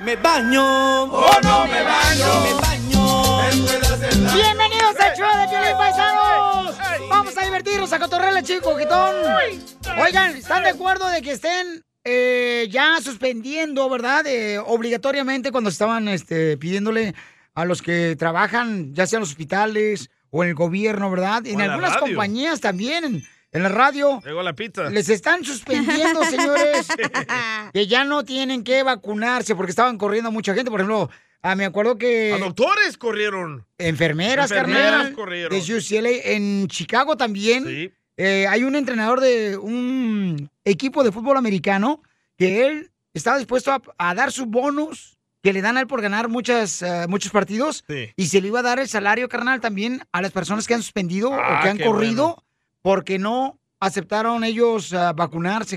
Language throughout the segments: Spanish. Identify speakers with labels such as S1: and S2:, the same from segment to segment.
S1: Me baño.
S2: Oh, no me baño.
S1: Me baño.
S3: Bienvenidos al show de Piolín Paisanos. Vamos a divertirnos, a cotorrele, chico, quitón. Oigan, ¿están de acuerdo de que estén eh, ya suspendiendo, verdad? Eh, obligatoriamente cuando estaban este, pidiéndole a los que trabajan, ya sea en los hospitales o en el gobierno, ¿verdad? En,
S4: en la
S3: algunas
S4: radio.
S3: compañías también, en, en la radio.
S4: Llegó la pizza.
S3: Les están suspendiendo, señores, que ya no tienen que vacunarse porque estaban corriendo a mucha gente. Por ejemplo, ah, me acuerdo que...
S4: A doctores corrieron.
S3: Enfermeras,
S4: Enfermeras
S3: carnal.
S4: corrieron.
S3: De UCLA. En Chicago también. eh, hay un entrenador de un equipo de fútbol americano que él está dispuesto a, a dar su bonus que le dan a él por ganar muchas, eh, muchos partidos.
S4: Sí.
S3: Y se le iba a dar el salario, carnal, también a las personas que han suspendido
S4: Ah,
S3: o que han
S4: qué
S3: corrido
S4: bueno.
S3: porque no aceptaron ellos ah, vacunarse,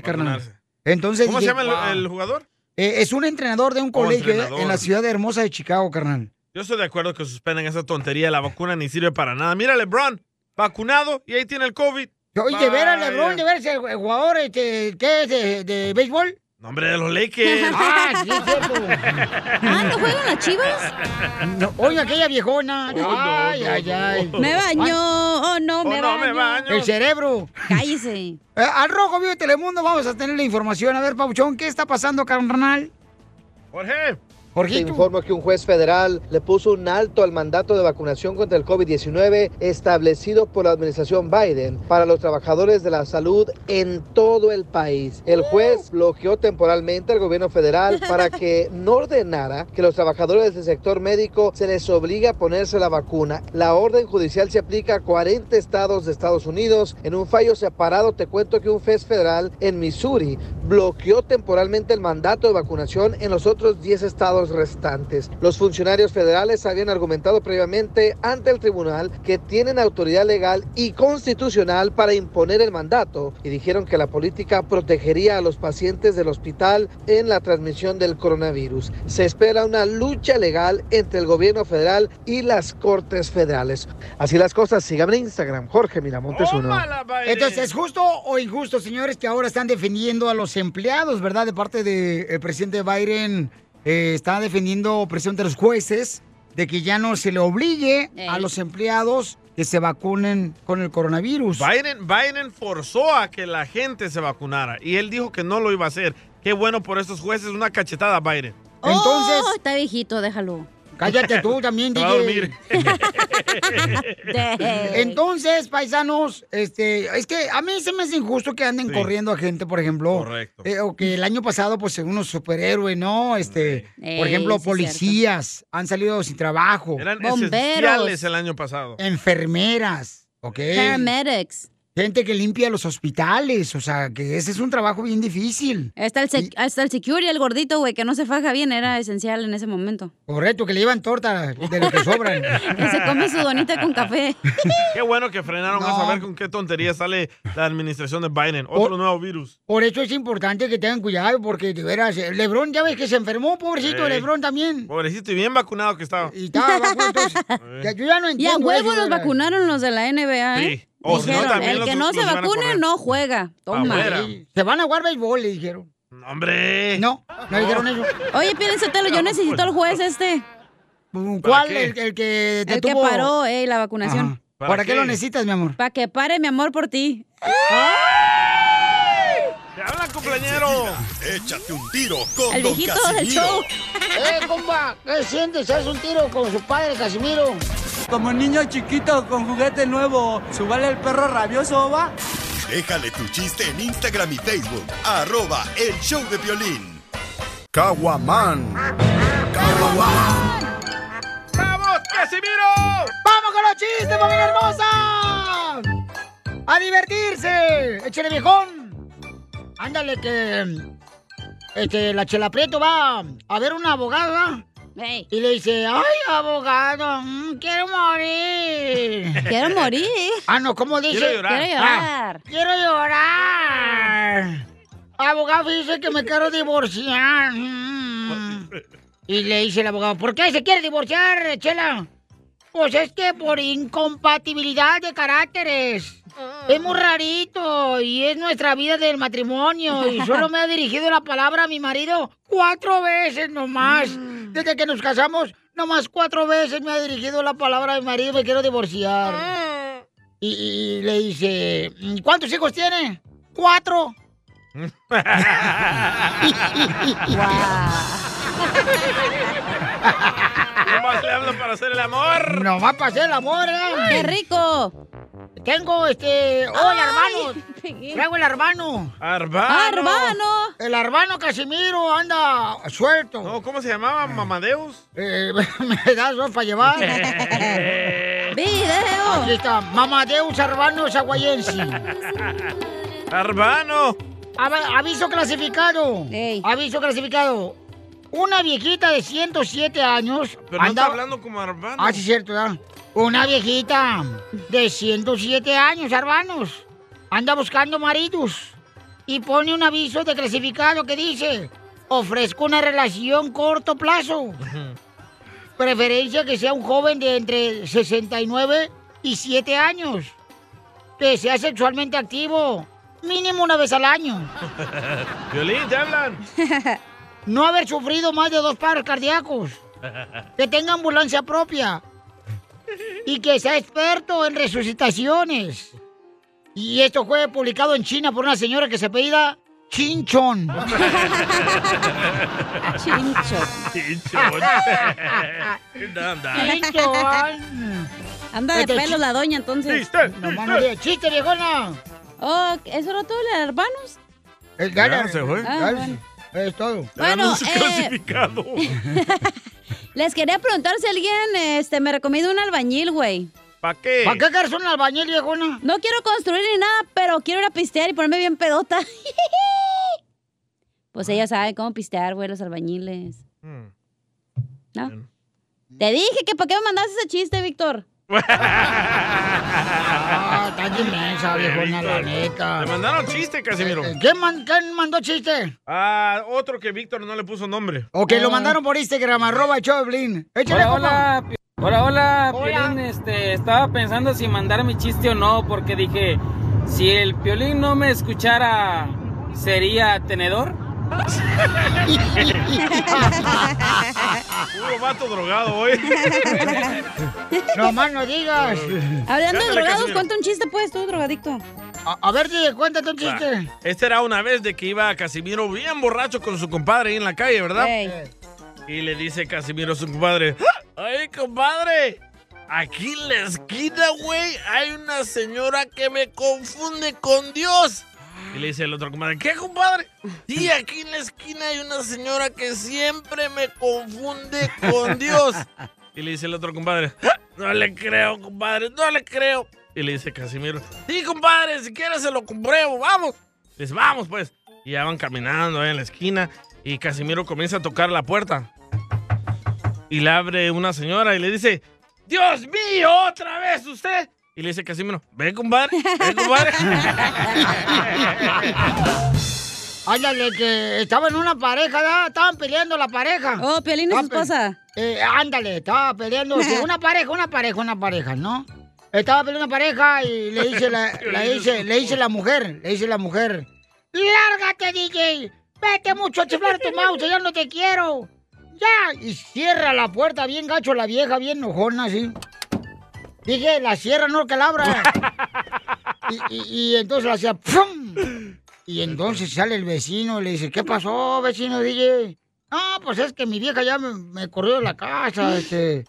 S4: Vacunarse.
S3: carnal. Entonces,
S4: ¿Cómo se
S3: dije,
S4: llama el,
S3: "Wow".
S4: el jugador? Oh,
S3: Eh, es un entrenador de un colegio eh, en
S4: entrenador.
S3: la ciudad hermosa de Chicago, carnal.
S4: Yo estoy de acuerdo que suspendan esa tontería. La vacuna ni sirve para nada. Mira, LeBron, vacunado y ahí tiene el COVID.
S3: Oye, de veras,
S4: Vaya.
S3: LeBron, de veras, el el jugador este, que es de, de béisbol.
S4: Nombre de los Lakers.
S3: Ah, sí, es cierto. Ah, ¿no juegan las chivas? oye, aquella viejona. ay, ay, ay.
S5: Me baño, oh no, me, baño.
S3: El cerebro. Cállese. al rojo vivo de Telemundo vamos a tener la información. A ver, Pauchón, ¿qué está pasando, carnal?
S4: Jorge.
S6: Te informo que un juez federal le puso un alto al mandato de vacunación contra el COVID-19 establecido por la administración Biden para los trabajadores de la salud en todo el país. El juez bloqueó temporalmente al gobierno federal para que no ordenara que los trabajadores del sector médico se les obligue a ponerse la vacuna. La orden judicial se aplica a 40 estados de Estados Unidos. En un fallo separado te cuento que un juez federal en Missouri bloqueó temporalmente el mandato de vacunación en los otros 10 estados restantes. Los funcionarios federales habían argumentado previamente ante el tribunal que tienen autoridad legal y constitucional para imponer el mandato y dijeron que la política protegería a los pacientes del hospital en la transmisión del coronavirus. Se espera una lucha legal entre el gobierno federal y las cortes federales. Así las cosas, síganme en Instagram, Jorge Miramontes uno.
S3: Entonces, ¿es justo o injusto, señores, que ahora están defendiendo a los empleados, verdad? De parte del presidente Biden, eh, está defendiendo presión de los jueces de que ya no se le obligue a los empleados que se vacunen con el coronavirus.
S4: Biden, Biden forzó a que la gente se vacunara y él dijo que no lo iba a hacer. Qué bueno por estos jueces, una cachetada, Biden.
S5: Entonces. Oh, está viejito, déjalo.
S3: Cállate tú también,
S4: Se va a
S3: DJ.
S4: dormir.
S3: Entonces, paisanos, este, es que a mí se me hace injusto que anden
S4: Sí.
S3: corriendo a gente, por ejemplo.
S4: Correcto.
S3: eh, o que el año pasado, pues, unos superhéroes, ¿no? Este,
S4: Ey,
S3: por ejemplo,
S4: sí es
S3: policías han salido sin trabajo.
S4: Eran esenciales el año pasado.
S3: Enfermeras, ¿ok?
S5: Paramedics.
S3: Gente que limpia los hospitales, o sea, que ese es un trabajo bien difícil.
S5: Hasta el, sec- hasta el security, el gordito, güey, que no se faja bien, era esencial en ese momento.
S3: Correcto, que le llevan torta de lo que sobran.
S5: Que se come su donita con café.
S4: Qué bueno que frenaron a saber con qué tontería sale la administración de Biden. Otro nuevo virus.
S3: Por eso es importante que tengan cuidado, porque de veras, eh, Lebrón, ya ves que se enfermó, pobrecito
S4: Ey.
S3: Lebrón también.
S4: Pobrecito y bien vacunado que estaba.
S3: Y estaba vacunado, entonces, ya- yo ya no
S5: Y a
S3: entiendo.
S5: huevo
S3: eso,
S5: los
S3: de veras.
S5: vacunaron los de la NBA, ¿eh?
S4: Sí. O si no,
S5: Dijeron,
S4: también
S5: el
S4: los-
S5: que no
S4: los
S5: se
S4: iban a
S5: vacune
S4: correr.
S5: no juega.
S4: Afuera.
S5: Toma.
S3: Se van a jugar béisbol, le dijeron.
S4: ¡Hombre!
S3: No, no dijeron eso.
S5: Oye, piénsatelo,
S4: Ah,
S5: yo necesito al juez este.
S3: Mm, ¿Cuál? qué? El, que
S5: El que
S3: detuvo-
S5: paró, eh, la vacunación.
S3: Ajá. ¿Para ¿Para qué qué? lo necesitas, mi amor?
S5: Para que pare mi amor por ti.
S4: ¡Te habla, cumpleañero!
S7: Échate un tiro con
S3: El
S7: Don
S3: viejito
S7: Casimiro.
S3: del show. ¡Eh, compa! ¿Qué sientes? ¿Haz un tiro con su padre, Casimiro?
S8: Como niño chiquito con juguete nuevo, ¿subale el perro rabioso, va?
S7: Déjale tu chiste en Instagram y Facebook. Arroba el show de violín. Caguaman.
S4: ¡Vamos, Casimiro!
S3: ¡Vamos con los chistes, familia hermosa! ¡A divertirse! ¡Échale, viejón! Ándale, que. Este, la Chela Prieto va a ver una abogada. Y le dice: ¡Ay, abogado! mm, ¡Quiero morir!
S5: Quiero morir.
S3: Ah, no, ¿cómo dice?
S5: Quiero llorar. Quiero llorar.
S3: Ah, quiero llorar. Abogado dice que me quiero divorciar. Mm. Y le dice el abogado, ¿por qué se quiere divorciar, Chela? Pues es que por incompatibilidad de caracteres. Es muy rarito y es nuestra vida del matrimonio. Y solo me ha dirigido la palabra a mi marido cuatro veces nomás. Desde que nos casamos, nomás cuatro veces me ha dirigido la palabra a mi marido. Me quiero divorciar. Y, y le dice, ¿cuántos hijos tiene? Cuatro.
S4: más le hablo para hacer el amor?
S3: No va a pasar el amor, ¿eh?
S5: ¡Qué rico!
S3: Tengo este. ¡Hola, hermano!
S5: pegué.
S3: Traigo el hermano.
S5: Ah,
S4: Arba.
S5: ¡Arbano!
S3: El hermano Casimiro anda suelto.
S4: No, ¿cómo se llamaba? ¿Mamadeus?
S3: Eh, me das dos para llevar.
S5: ¡Video!
S3: Aquí está, Mamadeus Arbano Zaguayensi.
S4: ¡Arbano!
S3: Ava- Aviso clasificado.
S5: Ey.
S3: Aviso clasificado. Una viejita de 107 años.
S4: Pero no está
S3: andaba-
S4: hablando como Arbano.
S3: Ah, sí, cierto, ¿verdad? Una viejita de 107 años, hermanos, anda buscando maridos y pone un aviso de clasificado que dice, ofrezco una relación corto plazo, preferencia que sea un joven de entre 69 y 7 años, que sea sexualmente activo, mínimo una vez al año,
S4: Violín, te hablan.
S3: no haber sufrido más de dos paros cardíacos que tenga ambulancia propia y que sea experto en resucitaciones. Y esto fue publicado en China por una señora que se apellida Chinchon.
S5: Chincho.
S4: Chichón. Anda.
S3: Chinchon.
S5: Anda de
S3: Este
S5: pelo
S3: chi-
S5: la doña, entonces.
S4: Chiste,
S3: No
S4: chiste.
S3: mames, diga, chiste, viejona.
S5: Oh, ¿eso era todo el hermanos?
S3: Eh, dale,
S4: Ya se fue.
S5: Ah,
S3: dale.
S5: bueno.
S3: Es todo.
S5: Bueno,
S4: Anuncio
S5: eh,
S4: clasificado.
S5: les quería preguntar si alguien este, me recomienda un albañil, güey.
S4: ¿Para qué?
S3: ¿Para qué quieres un albañil, viejona?
S5: No quiero construir ni nada, pero quiero ir a pistear y ponerme bien pedota. pues ella sabe cómo pistear, güey, los albañiles.
S4: Mm.
S5: ¿No?
S4: Bueno.
S5: Te dije que para qué me mandaste ese chiste, Víctor.
S3: Ah, tan inmensa, viejona, la
S4: Le
S3: neta.
S4: mandaron chiste, Casimiro.
S3: Eh, ¿Quién, man- quién mandó chiste?
S4: Ah, otro que Víctor no le puso nombre.
S3: O que lo mandaron por Instagram, arroba el show de Piolín. Échale,
S9: Hola, hola,
S3: compa.
S9: Pi- hola, hola,
S3: Hola.
S9: Piolín, este, estaba pensando si mandar mi chiste o no, porque dije, si el Piolín no me escuchara, ¿sería tenedor?
S4: Puro vato drogado hoy.
S3: No más no digas.
S5: Hablando de
S4: Cántale,
S5: drogados,
S4: Casimiro.
S5: cuenta un chiste, pues, tú, drogadicto.
S3: A, a ver, DJ, cuéntate un chiste.
S4: Esta era una vez de que iba Casimiro bien borracho con su compadre ahí en la calle, ¿verdad?
S5: Ey.
S4: Y le dice Casimiro a su compadre, ¡Ay, compadre! Aquí en la esquina, güey, hay una señora que me confunde con Dios. Y le dice el otro compadre, ¿qué, compadre? Sí, aquí en la esquina hay una señora que siempre me confunde con Dios. Y le dice el otro compadre, "Ah, no le creo, compadre, no le creo. Y le dice Casimiro, sí, compadre, si quieres se lo compruebo, vamos. Les vamos, pues. Y ya van caminando ahí en la esquina y Casimiro comienza a tocar la puerta. Y le abre una señora y le dice, Dios mío, otra vez usted. Y le dice Casimiro, ve, compadre, ve, compadre.
S3: Ándale, que estaban una pareja, ¿da? estaban peleando la pareja.
S5: Oh, Piolín y su
S3: Ah, pero-
S5: esposa.
S3: Eh, ándale, estaba peleando sí, una pareja, una pareja, una pareja, ¿no? Estaba peleando una pareja y le dice la, la dice, le dice la mujer, le dice la mujer, lárgate DJ, vete mucho a chiflar tu mouse, ya no te quiero. Ya, y cierra la puerta bien gacho la vieja, bien enojona, así. Dije, la cierra, no que la abra. Y, y- y entonces la hacía ¡pum! Y entonces sale el vecino y le dice, ¿qué pasó, vecino DJ? No, pues es que mi vieja ya me, me corrió de la casa, este.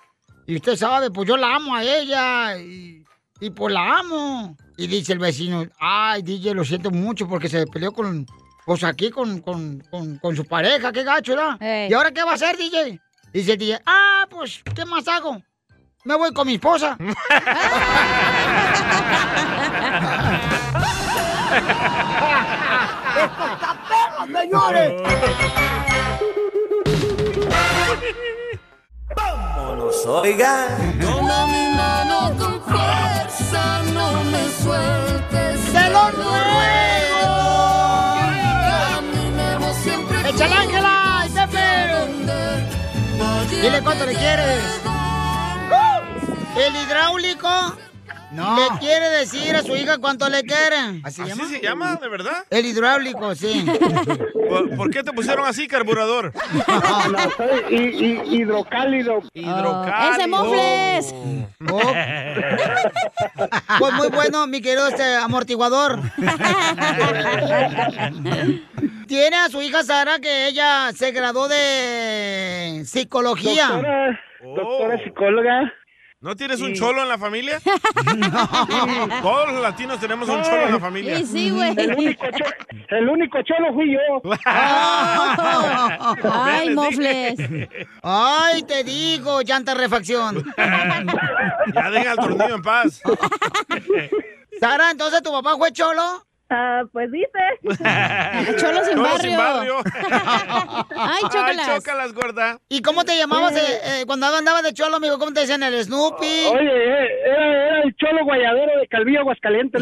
S3: Y usted sabe, pues yo la amo a ella y, y pues la amo. Y dice el vecino, ay, DJ, lo siento mucho porque se peleó con, pues aquí con, con, con- con su pareja, qué gacho, ¿verdad?
S5: Ey.
S3: ¿Y ahora qué va a hacer, DJ? Dice el DJ, ah, pues, ¿qué más hago? Me voy con mi esposa. ¡Uh! ¡Te lo ruego! ¡Échale, Ángela! ¡Te espero! Dile cuánto le quieres. El hidráulico
S4: No.
S3: le quiere decir a su hija cuánto le quiere.
S4: ¿Así se llama, de verdad?
S3: El hidráulico, sí.
S4: ¿Por, por qué te pusieron así, carburador?
S10: No, no, soy hi- hi- hidrocálido.
S4: Hidrocálido. ¡Ese
S3: mofles! Oh. Pues muy bueno, mi querido este amortiguador. Tiene a su hija Sara que ella se graduó de psicología. Oh.
S10: Doctora, doctora psicóloga.
S4: ¿No tienes
S10: Sí.
S4: un cholo en la familia? Todos los latinos tenemos un
S10: No.
S4: cholo en la familia.
S10: El único, cho- el único cholo fui yo.
S3: Ah. Ay, mofles. Ay, te digo, llanta refacción.
S4: ya deja el tornillo en paz.
S3: Sara, entonces tu papá fue cholo.
S10: Ah,
S11: pues dice.
S3: Ah, Cholo sin
S4: Cholo sin
S3: barrio.
S4: Ay, chócalas. Ay, chócalas, gorda.
S3: ¿Y cómo te llamabas
S4: Sí.
S3: eh, eh, cuando andabas de cholo, amigo? ¿Cómo te decían el Snoopy?
S10: Oye, eh, era, era el cholo guayadero de Calvillo Aguascalientes,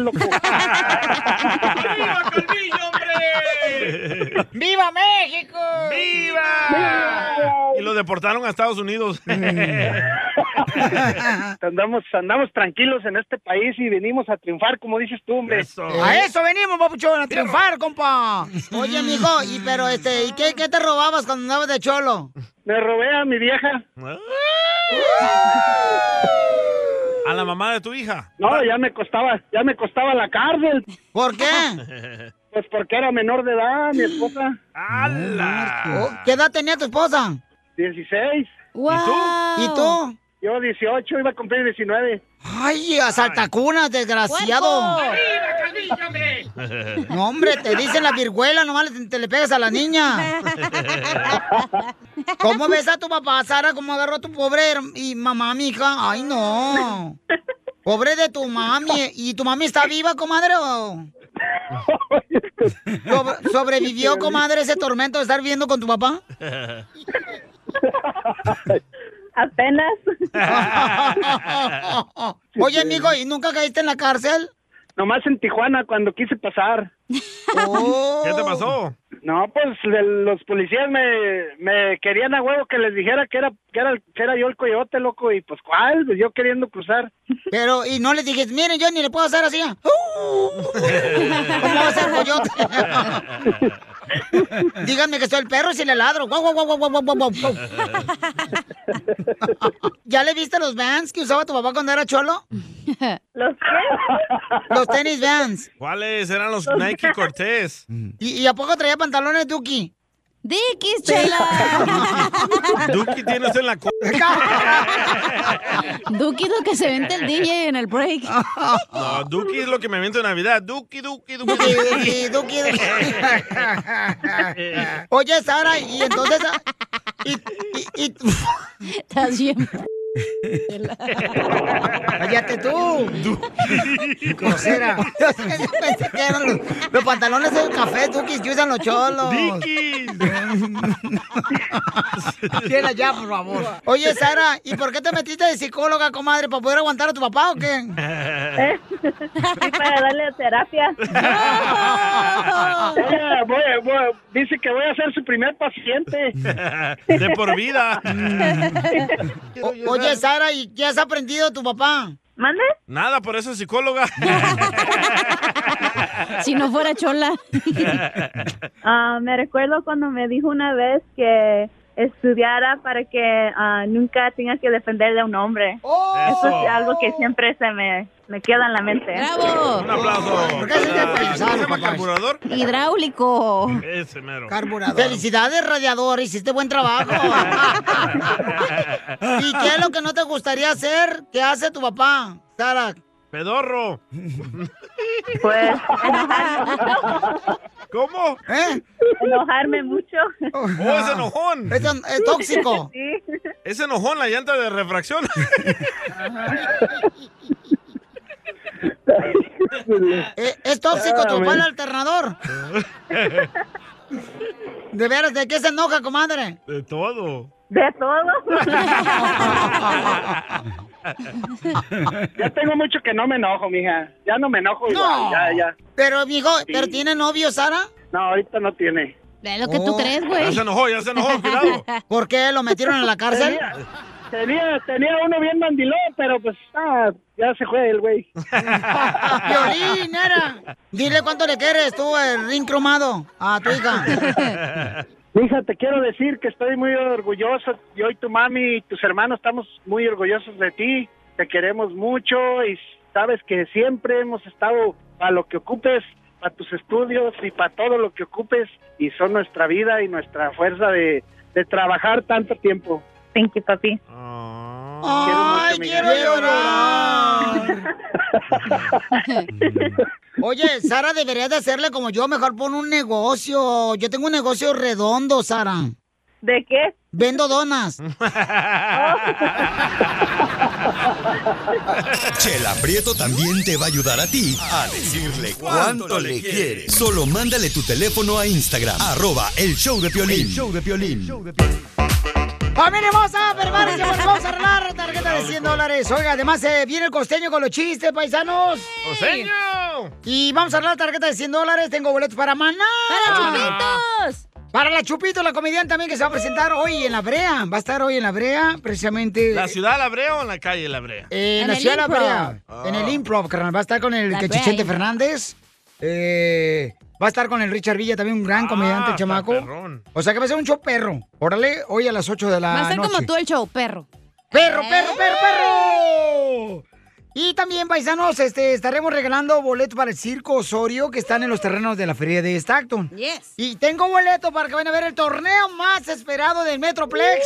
S10: loco.
S3: ¡Viva México!
S4: ¡Viva! Y lo deportaron a Estados Unidos.
S10: andamos, andamos tranquilos en este país y venimos a triunfar, como dices tú, hombre.
S3: A eso venimos, papuchón, a triunfar, compa. Oye, amigo, y pero este, ¿y qué, qué te robabas cuando andabas de cholo?
S10: Me robé a mi vieja.
S4: a la mamá de tu hija.
S10: No, ya me costaba, ya me costaba la cárcel.
S3: ¿Por qué?
S4: Te
S10: Pues porque era menor de edad, mi esposa.
S3: Oh, ¿Qué edad tenía tu esposa?
S10: 16.
S3: ¿Y tú?
S10: Yo 18, iba a cumplir 19.
S3: Ay, a saltacunas, desgraciado. No, hombre, te dicen la virguela, nomás le- te, le pegas a la niña. ¿Cómo ves a tu papá, Sara? ¿Cómo agarró a tu pobre her- y mamá, mi hija? Ay, no. Pobre de tu mami. ¿Y tu mami está viva, comadre? o- Sobre- ¿Sobrevivió, comadre, ese tormento de estar viviendo con tu papá?
S11: Apenas.
S3: Oye, amigo, ¿y nunca caíste en la cárcel?
S10: Nomás en Tijuana cuando quise pasar.
S3: Oh.
S4: ¿Qué te pasó?
S10: No, pues le- los policías me, me querían a huevo que les dijera que era, que era que era yo el coyote, loco, y pues cuál, Pues, yo queriendo cruzar.
S3: Pero, y no les dije, miren, yo ni le puedo hacer así. ah. ¿Cómo va a ser coyote? Díganme que soy el perro si le ladro. Guau, guau, guau, guau, guau, guau, guau, guau. ¿Ya le viste los vans que usaba tu papá cuando era cholo? ¿Los Los tenis vans.
S4: ¿Cuáles eran los Nike Cortés?
S10: Mm.
S3: ¿Y, y a poco traía pantalones Duki? Duki,
S4: Duki tiene usted en la co-
S5: Duki es lo que se vende el DJ en el break.
S4: No, Duki es lo que me miento en Navidad. Duki, Duki, Duki.
S3: Duki, Duki, Duki. Oye, Sara, y entonces... ah, Y, y, y... Estás bien... Cállate tú. Grosera. Yo pensé que eran los, los pantalones del café, Duki, que usan los cholos.
S4: Duki.
S3: Tienes ya, por favor. Oye, Sara, ¿y por qué te metiste de psicóloga, comadre? ¿Para poder aguantar a tu papá o qué?
S11: ¿Eh? Y para darle terapia.
S10: Ella, Ah, voy, voy- dice que voy a ser su primer paciente.
S4: De por vida.
S3: O- oye, Sara, ¿y qué has aprendido de tu papá?
S11: ¿Mande?
S4: Nada, por eso es psicóloga.
S5: Si no fuera chola.
S11: Ah, me recuerdo cuando me dijo una vez que estudiara para que ah, nunca tenga que defender de un hombre.
S3: Oh.
S11: Eso es algo que siempre se me, me queda en la mente.
S4: Un aplauso. ¿Cómo se llama carburador?
S5: Hidráulico.
S4: Ese mero.
S3: Felicidades, radiador, hiciste buen trabajo. ¿Y qué es lo que no te gustaría hacer? ¿Qué hace tu papá, Sara?
S4: Pedorro.
S11: Pues
S4: ¿Cómo?
S3: ¿Eh?
S11: Enojarme mucho.
S3: Oh,
S4: es enojón.
S3: Es, es tóxico.
S11: Sí.
S4: Es enojón la llanta de refracción.
S3: Eh, ¿Es tóxico tu papá el
S4: Ah,
S3: alternador? ¿De veras? ¿De qué se enoja, comadre?
S4: De todo.
S11: De todo.
S10: Ya tengo mucho que no me enojo, mija. Ya no me enojo igual,
S3: No.
S10: ya, ya.
S3: Pero, amigo,
S10: Sí.
S3: ¿pero tiene novio, Sara?
S10: No, ahorita no tiene.
S4: Oh.
S5: Es lo que tú crees, güey.
S4: Ya se enojó, ya se enojó, cuidado.
S3: ¿Por qué? ¿Lo metieron en la cárcel?
S10: Tenía, tenía uno bien mandilón, pero pues ah, ya se fue el güey.
S3: Violín, era. Dile cuánto le quieres tú, el ring cromado, a tu hija.
S10: Hija, te quiero decir que estoy muy orgulloso. Yo y tu mami y tus hermanos estamos muy orgullosos de ti. Te queremos mucho y sabes que siempre hemos estado a lo que ocupes, para tus estudios y para todo lo que ocupes. Y son nuestra vida y nuestra fuerza de, de trabajar tanto tiempo.
S11: Thank you, papi.
S3: ¡Ay, quiero llorar! Oye, Sara, deberías de hacerle como yo, mejor pon un negocio. Yo tengo un negocio redondo, Sara.
S11: ¿De qué?
S3: Vendo donas.
S7: Chela Prieto también te va a ayudar a ti a decirle cuánto le quieres. Solo mándale tu teléfono a Instagram, arroba el show de Piolín.
S3: El
S7: show de
S3: ¡Familia hermosa! ¡Prepárense porque vamos a arreglar la tarjeta de 100 dólares! Oiga, además eh, viene el costeño con los chistes, paisanos.
S4: ¡Costeño!
S3: Y vamos a arreglar la tarjeta de 100 dólares. Tengo boletos para Maná.
S5: ¡Para
S3: Chupitos! Para la Chupito, la comediante también que se va a presentar hoy en La Brea. Va a estar hoy en La Brea, precisamente.
S4: ¿La ciudad La Brea o en la calle La Brea? Ah,
S3: Eh, en la ciudad de La Brea. En el improv, carnal. Va a estar con el
S4: La
S3: Quechichente
S4: Brea.
S3: Fernández. Eh, va a estar con el Richard Villa, también un gran comediante,
S4: está
S3: chamaco.
S4: perrón.
S3: O sea que va a ser un show perro. Órale, hoy a las 8 de la
S5: Va a ser
S3: noche.
S5: como tú el show, perro. ¿Eh?
S3: ¡Perro, perro, perro, perro! Y también, paisanos, este, estaremos regalando boletos para el Circo Osorio que están en los terrenos de la feria de Stockton.
S5: Yes.
S3: Y tengo boleto para que vayan a ver el torneo más esperado del Metroplex.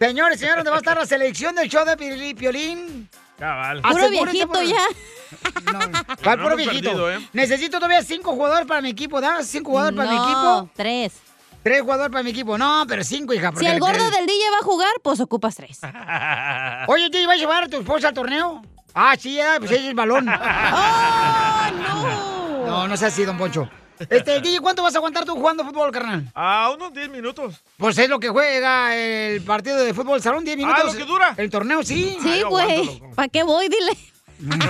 S3: Señores, señores, donde va a estar la selección del show de Pili- Piolín.
S4: Cabal.
S3: Asegúrense por- ¿Cuál
S4: No
S3: puro
S4: hemos
S3: viejito?
S4: perdido, ¿eh?
S3: Necesito todavía cinco jugadores para mi equipo, ¿da? ¿Cinco jugadores para mi
S5: No,
S3: equipo? Tres. Tres jugadores para mi equipo. No, pero cinco, hija.
S5: Si
S3: porque
S5: el
S3: le
S5: gordo
S3: crees.
S5: del DJ va a jugar, pues ocupas tres.
S4: ¿eh?
S3: Oye, ¿te iba a llevar a tu esposa al torneo? Ah, sí, ah, pues ella es el balón. no! No, no sea así, don Poncho. Este, DJ, ¿cuánto vas a aguantar tú jugando fútbol, carnal?
S4: A unos 10 minutos.
S3: Pues es lo que juega el partido de fútbol salón, 10 minutos.
S4: Ah, lo que dura.
S3: El torneo, sí.
S5: Sí, güey. ¿Para qué voy? Dile.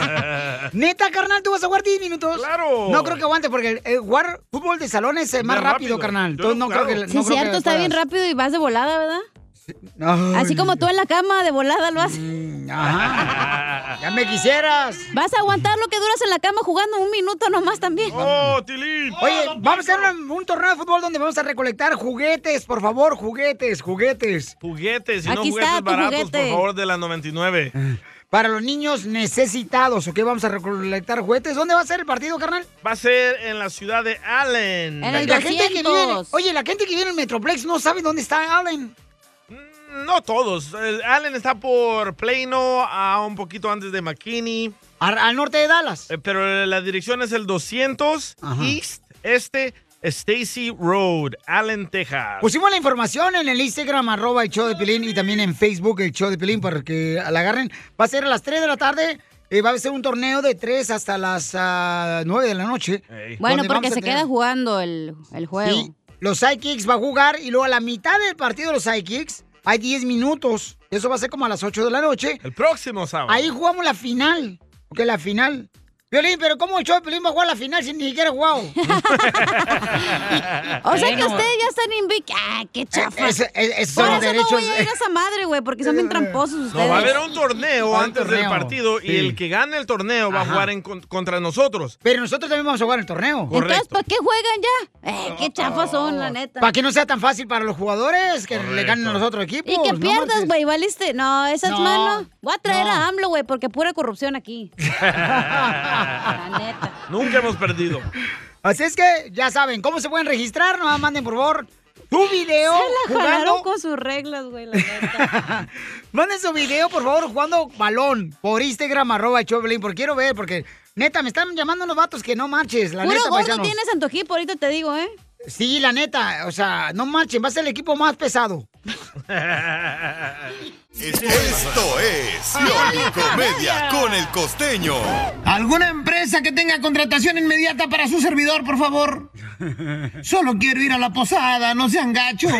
S3: Neta, carnal, ¿tú vas a jugar 10 minutos? Claro. No creo que aguante, porque el, el jugar fútbol de salón es eh, más rápido, carnal. Entonces no creo que...
S5: Sí, cierto, está bien rápido y vas de volada, ¿verdad? Así como tú en la cama, de volada lo haces.
S3: Ajá. Mm, Ya me quisieras.
S5: Vas a aguantar lo que duras en la cama jugando un minuto nomás también.
S4: ¡Oh, Tilín!
S3: Oye, vamos a hacer una- un torneo de fútbol donde vamos a recolectar juguetes, por favor, juguetes, juguetes.
S4: Juguetes, y Eh, no
S3: Aquí
S4: juguetes
S3: está tu
S4: baratos,
S3: juguete.
S4: por favor, de la 99.
S3: Ah. Para los niños necesitados, ¿ok? Vamos a recolectar juguetes. ¿Dónde va a ser el partido, carnal?
S4: Va a ser en la ciudad de Allen.
S3: la gente que viene, Oye, la gente que viene en Metroplex no sabe dónde está Allen.
S4: No todos. El Allen está por Plano, a un poquito antes de McKinney. Eh,
S3: Al, norte de Dallas.
S4: pero la dirección es el 200 East, este, Stacy Road, Allen, Texas.
S3: Pusimos la información en el Instagram, arroba el show de Pelín, y también en Facebook, el show de Pelín, para que la agarren. Va a ser a las 3 de la tarde. eh, va a ser un torneo de 3 hasta las ah, 9 de la noche.
S5: Bueno, porque
S3: donde vamos a
S5: se
S3: tener-
S5: queda jugando el, el juego.
S3: Y los Sidekicks va a jugar y luego a la mitad del partido de los Sidekicks hay 10 minutos. Eso va a ser como a las 8 de la noche.
S4: El próximo sábado.
S3: Ahí jugamos la final. Ok, la final. Violín, pero ¿cómo el show de Piolín va a jugar la final sin ni siquiera jugar?
S5: O sea que
S3: Bueno.
S5: ustedes ya están invictos. ¡Ah, qué chafa!
S3: Ese- e- esos
S5: Por eso
S3: son los derechos.
S5: no voy a ir a esa madre, güey, porque son bien tramposos ustedes.
S4: No, va a haber un torneo
S3: Va a haber
S4: antes del
S3: torneo,
S4: partido
S3: sí.
S4: y el que gane el torneo va a
S3: Ajá.
S4: jugar en con- contra nosotros.
S3: Pero nosotros también vamos a jugar el torneo.
S5: Entonces, ¿para qué juegan ya? Eh, qué chafas son, la neta.
S3: Para que no sea tan fácil para los jugadores que le ganen a los otros equipos.
S5: Y que
S3: no
S5: pierdas,
S3: marches.
S5: güey, valiste. No, esas
S3: No,
S5: manos. Voy a traer a AMLO, güey, porque pura corrupción aquí.
S4: Nunca hemos perdido.
S3: Ah, Así es que ya saben, ¿cómo se pueden registrar? Nomás manden, por favor, tu video
S5: Se la jalaron
S3: jugando.
S5: con sus reglas, güey. la neta.
S3: Manden su video, por favor, jugando balón por Instagram, arroba el Choplin, porque quiero ver, porque neta, me están llamando los vatos que no marches, la
S5: Puro
S3: neta,
S5: gordo
S3: paisanos.
S5: tienes en tu equipo, ahorita te digo, ¿eh?
S3: Sí, la neta, o sea, no marchen, va a ser el equipo más pesado.
S7: Esto es Piolín Comedia con el costeño.
S12: ¿Alguna empresa que tenga contratación inmediata para su servidor, por favor? Solo quiero ir a la posada, no sean gachos.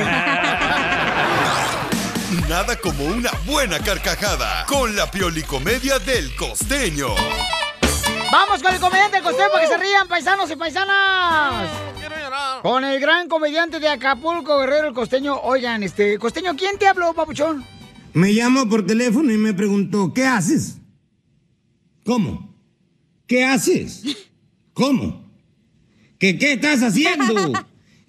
S7: Nada como una buena carcajada con la piolicomedia del costeño.
S3: Vamos con el comediante costeño para que se rían, paisanos y paisanas. Con el gran comediante de Acapulco, Guerrero el Costeño. Oigan, este, Costeño, ¿quién te habló, papuchón?
S13: Me llamó por teléfono y me preguntó, ¿qué haces? ¿Cómo? ¿Qué haces? ¿Cómo? ¿Que qué estás haciendo?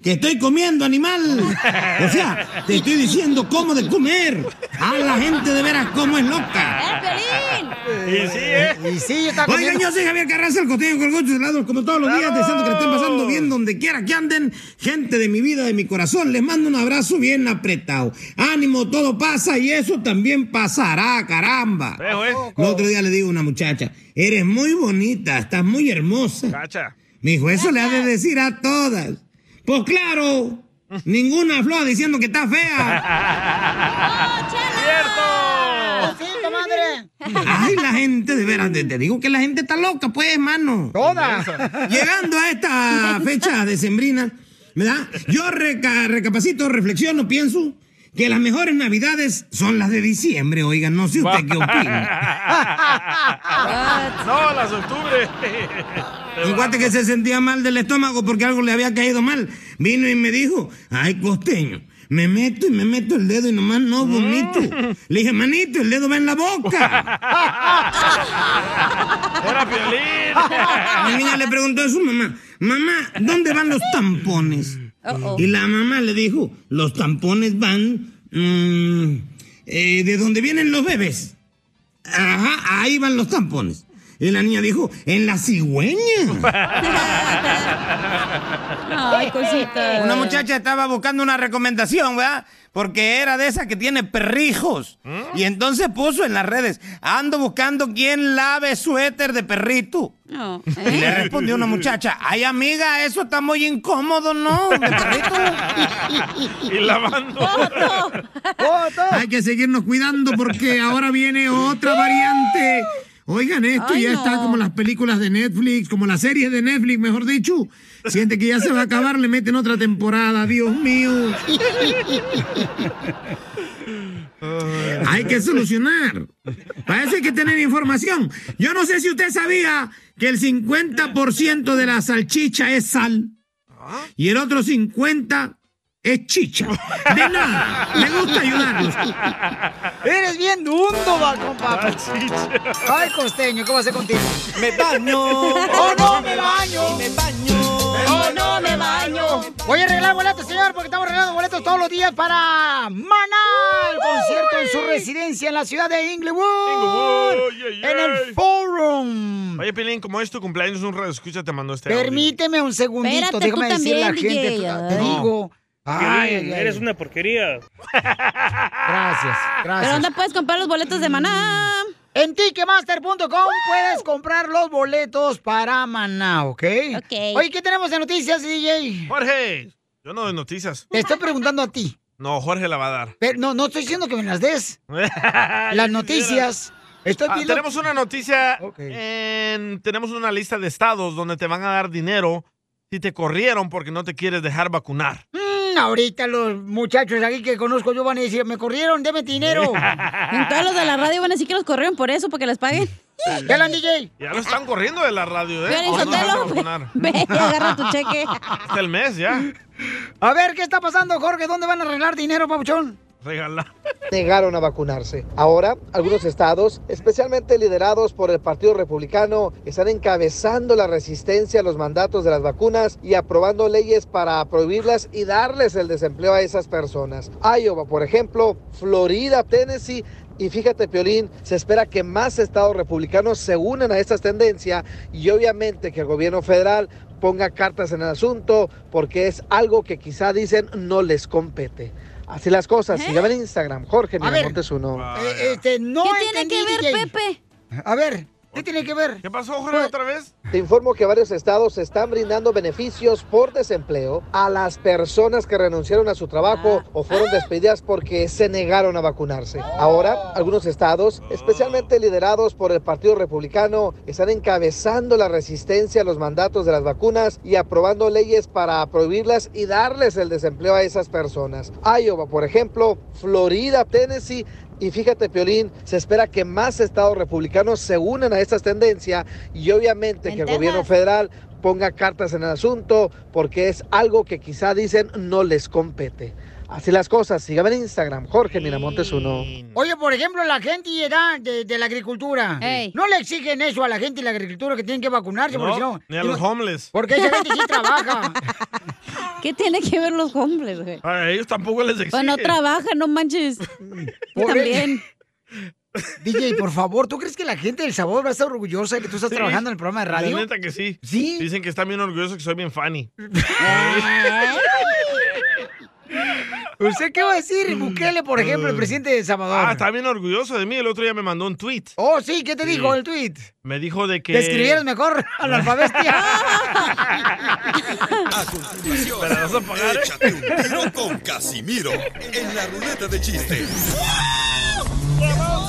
S13: Que estoy comiendo animal. O sea, te estoy diciendo cómo de comer. A la gente de veras cómo es
S14: Eh,
S13: loca.
S4: Y
S13: Pues
S4: sí, ¿eh?
S3: Y sí, está
S13: Oigan,
S3: comiendo.
S13: yo soy Javier Carranza, el costeño con el gocho de lado, como todos los días, deseando que le estén pasando bien donde quiera que anden. Gente de mi vida, de mi corazón, les mando un abrazo bien apretado. Ánimo, todo pasa y eso también pasará, caramba. El otro día le digo a una muchacha, eres muy bonita, estás muy hermosa. Me dijo, eso le ha de decir a todas. Pues claro, ninguna flor diciendo que está fea.
S3: Sí, comadre.
S13: Ay, la gente, de veras, te, te digo que la gente está loca, pues, mano.
S3: Toda.
S13: Llegando a esta fecha decembrina, ¿verdad? Yo reca- recapacito, reflexiono, pienso que las mejores navidades son las de diciembre, oigan, no sé usted qué opina.
S4: no, las de octubre.
S13: Un cuate que se sentía mal del estómago porque algo le había caído mal, vino y me dijo, ay, costeño. Me meto y me meto el dedo y nomás no vomito.
S4: Mm.
S13: Le dije, manito, el dedo va en la boca.
S4: Era
S13: La
S4: Piolín.
S13: niña le preguntó a su mamá, mamá, ¿dónde van los tampones?
S4: Uh-oh.
S13: Y la mamá le dijo, los tampones van mm, eh, de donde vienen los bebés. Ajá, ahí van los tampones. Y la niña dijo, en la cigüeña.
S5: Ay, cosita.
S13: Una muchacha estaba buscando una recomendación, ¿verdad? Porque era de esa que tiene perrijos. Y entonces puso en las redes, ando buscando quien lave suéter de perrito.
S5: No. ¿eh?
S13: Y le respondió una muchacha, ay amiga, eso está muy incómodo, ¿no? De perrito.
S4: Y lavando.
S13: Hay que seguirnos cuidando porque ahora viene otra variante. Oigan, esto
S12: Ay,
S13: ya
S12: no.
S13: está como las películas de Netflix, como las series de Netflix, mejor dicho. Siente que ya se va a acabar, le meten otra temporada, Dios mío. Hay que solucionar. Parece que tener información. Yo no sé si usted sabía que el 50% de la salchicha es sal y el otro 50% es chicha. De nada, me gusta ayudarlos.
S3: Eres bien dundo, va, compa. Ay, costeño, ¿cómo hacer contigo?
S13: Me baño.
S3: Oh, no, me baño. Me baño. Oh, no, me baño. Voy a arreglar boletos, señor, porque estamos regalando boletos todos los días para Maná, el concierto en su residencia en la ciudad de Inglewood. En el forum.
S4: Oye, Piolín, como es tu cumpleaños, un radio escucha te mandó este audio.
S3: Permíteme un segundito,
S4: Espérate,
S3: déjame
S4: tú
S3: decirle a la
S4: también,
S3: gente.
S4: DJ,
S3: Te
S4: ay.
S3: digo. Ay,
S15: Piolín,
S3: ay, ay.
S15: eres una porquería.
S3: Gracias,
S5: ¿Pero dónde puedes comprar los boletos de Maná?
S3: Mm. En ticketmaster.com puedes comprar los boletos para Maná, ¿ok?
S5: Ok.
S3: Oye, ¿qué tenemos de noticias, DJ?
S4: Jorge, yo no doy noticias.
S3: Te estoy preguntando a ti.
S4: No, Jorge la va a dar.
S3: Pero no, no estoy diciendo que me las des. Las noticias. Estoy
S4: Ah,
S3: pidiendo-
S4: tenemos una noticia. en- tenemos una lista de estados donde te van a dar dinero si te corrieron porque no te quieres dejar vacunar.
S3: Mm, ahorita los muchachos aquí que conozco yo van a decir, me corrieron, deme dinero.
S5: En todos los de la radio van a decir que los corrieron por eso, porque les paguen.
S3: ¿Ya la DJ?
S4: Ya lo están corriendo de la radio, ¿eh?
S5: Piolín
S4: Por no
S5: Sotelo,
S4: dejarse
S5: ve-
S4: vacunar.
S5: ve y agarra tu cheque.
S4: Hasta el mes ya.
S3: A ver, ¿qué está pasando, Jorge? ¿Dónde van a arreglar dinero, papuchón?
S4: Regala.
S6: negaron a vacunarse. Ahora, algunos estados, especialmente liderados por el Partido Republicano, están encabezando la resistencia a los mandatos de las vacunas y aprobando leyes para prohibirlas y darles el desempleo a esas personas. Iowa, por ejemplo, Florida, Tennessee. Y fíjate, Piolín, se espera que más estados republicanos se unan a esta tendencia y obviamente que el gobierno federal ponga cartas en el asunto porque es algo que quizá dicen no les compete. Así las cosas. Síganme en Instagram, Jorge
S3: ¿Eh? ver.
S6: Miramontes uno.
S3: Eh, este, no ¿Qué tiene que ver Pepe? A ver, ¿qué tiene que ver? Pues,
S4: ¿Qué pasó, Jorge, otra vez?
S6: Te informo que varios estados están brindando beneficios por desempleo a las personas que renunciaron a su trabajo
S3: Ah.
S6: o fueron despedidas porque se negaron a vacunarse. Ahora, algunos estados,
S4: Ah.
S6: especialmente liderados por el Partido Republicano, están encabezando la resistencia a los mandatos de las vacunas y aprobando leyes para prohibirlas y darles el desempleo a esas personas. Iowa, por ejemplo, Florida, Tennessee, y fíjate, Piolín, se espera que más estados republicanos se unan a esta tendencia y obviamente que el gobierno federal ponga cartas en el asunto porque es algo que quizá dicen no les compete. Así las cosas. Sígame en Instagram, Jorge Miramontes uno.
S3: Mm. Oye, por ejemplo, la gente y edad de, de la agricultura. No le exigen eso a la gente de la agricultura que tienen que vacunarse, porque si no.
S4: ni a los homeless.
S3: Porque esa gente sí trabaja.
S5: ¿Qué tiene que ver los hombres, güey?
S4: A ellos tampoco les exigen.
S5: Pues no trabajan, no manches.
S3: Por-
S5: También.
S3: DJ, por favor, ¿tú crees que la gente del sabor va a estar orgullosa de que tú estás
S4: Sí.
S3: trabajando en el programa
S4: La
S3: de radio?
S4: neta que sí. ¿Sí? Dicen que están bien orgullosos que soy bien funny.
S3: ¿Usted qué va a decir, Bukele, por ejemplo, el presidente de El Salvador?
S4: Mm. Ah, está bien orgulloso de mí. El otro día me mandó un tweet.
S3: Oh, sí, ¿qué te
S4: Sí.
S3: dijo el tweet?
S4: Me dijo de que...
S3: Te escribieron mejor al alfabestia.
S7: Para vas a eh? pagar. Échate un tiro con Casimiro en la ruleta de chistes.
S3: ¡Qué emoción!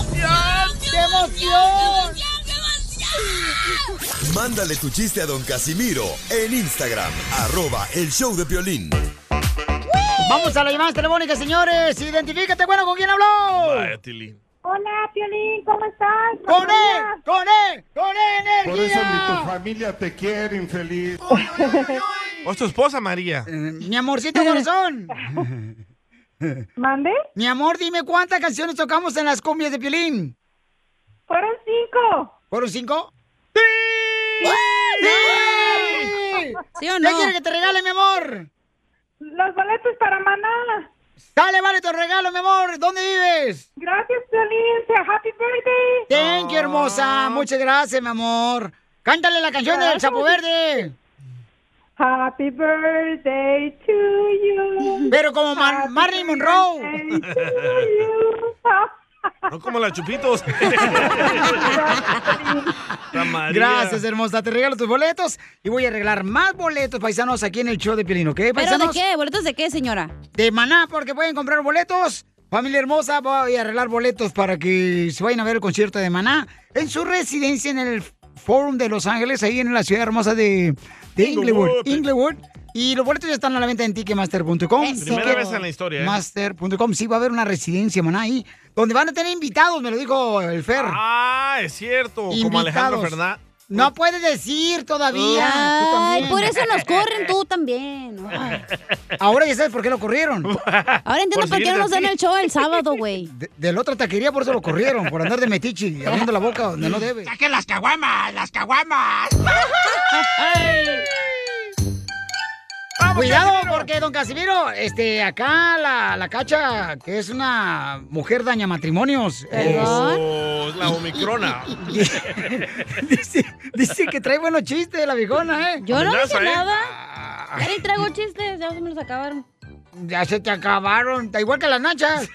S7: Mándale tu chiste a don Casimiro en Instagram, arroba el show de violín.
S3: Vamos a las llamadas telefónicas, señores. Identifícate, bueno, ¿con quién habló?
S15: Hola, Piolín, ¿cómo estás?
S3: ¡Con él! ¡Con él! ¡Con él,
S15: Por eso
S3: energía!
S15: ni tu familia te quiere, infeliz.
S4: O es tu esposa, María.
S3: Mi amorcito corazón.
S15: ¿Mande?
S3: Mi amor, dime cuántas canciones tocamos en las cumbias de Piolín.
S15: Fueron cinco.
S3: ¿Fueron cinco? ¡Sí!
S5: ¿Sí o
S3: ¿Qué
S5: no?
S3: quieres que te regale, mi amor?
S15: Los boletos para Maná.
S3: Dale, vale, tu regalo, mi amor. ¿Dónde vives?
S15: Gracias, Piolín. Happy birthday.
S3: Thank you, hermosa. Muchas gracias, mi amor. Cántale la canción del Chapo Verde.
S15: Happy birthday to you.
S3: Pero como Mar- Marilyn Monroe.
S4: No como la chupitos. La María.
S3: Gracias, hermosa. Te regalo tus boletos y voy a arreglar más boletos paisanos aquí en el show de Piolín, ¿ok?
S5: ¿Pero de
S3: Paisanos
S5: qué? ¿Boletos de qué, señora?
S3: de Maná, porque pueden comprar boletos. Familia hermosa, voy a arreglar boletos para que se vayan a ver el concierto de Maná en su residencia en el Forum de Los Ángeles, ahí en la ciudad hermosa de, de Inglewood.
S4: Inglewood.
S3: Inglewood. Y los boletos ya están a la venta en ticketmaster.com.
S4: Primera vez en la historia, ¿eh?
S3: Master.com. Sí, va a haber una residencia, Maná, ahí, donde van a tener invitados, me lo dijo el Fer.
S4: Ah, es cierto. Como
S3: Invitados.
S4: Alejandro Fernández.
S3: No puedes decir todavía. Ah, Tú
S5: Ay,
S3: también.
S5: por eso nos corren tú también. Ay.
S3: Ahora ya sabes por qué lo corrieron.
S5: Ahora entiendo por, qué no nos dan el show el sábado, güey.
S3: De, de la otra taquería por eso lo corrieron, por andar de metichi, abriendo la boca donde no debe.
S12: ¡Saquen las caguamas! ¡Las caguamas!
S3: Cuidado, porque don Casimiro, este, acá la, la cacha, que es una mujer daña matrimonios.
S4: ¿Perdón?
S3: es-
S4: Oh, es la omicrona.
S3: dice, dice que trae buenos chistes la viejona, ¿eh?
S5: Yo no dije
S3: Ah.
S5: nada. Ya ni traigo chistes, ya se me los acabaron.
S3: Ya se te acabaron, está igual que las nachas.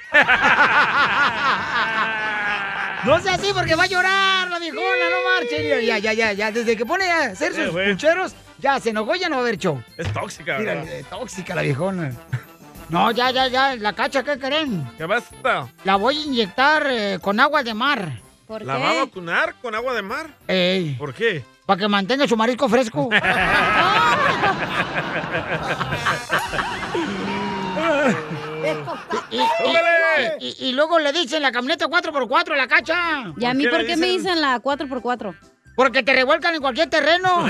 S3: No sea así porque va a llorar la viejona, no marche. Ya, ya, ya, ya. Desde que pone a hacer sus
S4: Eh, güey.
S3: pucheros, ya se enojó, ya no va a haber show.
S4: Es tóxica,
S3: Mira,
S4: ¿verdad?
S3: eh, tóxica la viejona. No, ya, ya, ya. La cacha, ¿qué creen?
S4: ¿Qué basta?
S3: La voy a inyectar eh, con agua de mar.
S4: ¿La va a vacunar con agua de mar?
S3: Ey,
S4: ¿Por qué?
S3: para que mantenga su marisco fresco. Y, y-
S5: ¡Súbele!
S3: y- y- y luego le dicen la camioneta 4x4 a la cacha.
S5: ¿Y a mí por qué me dicen la 4x4?
S3: Porque te revuelcan en cualquier terreno.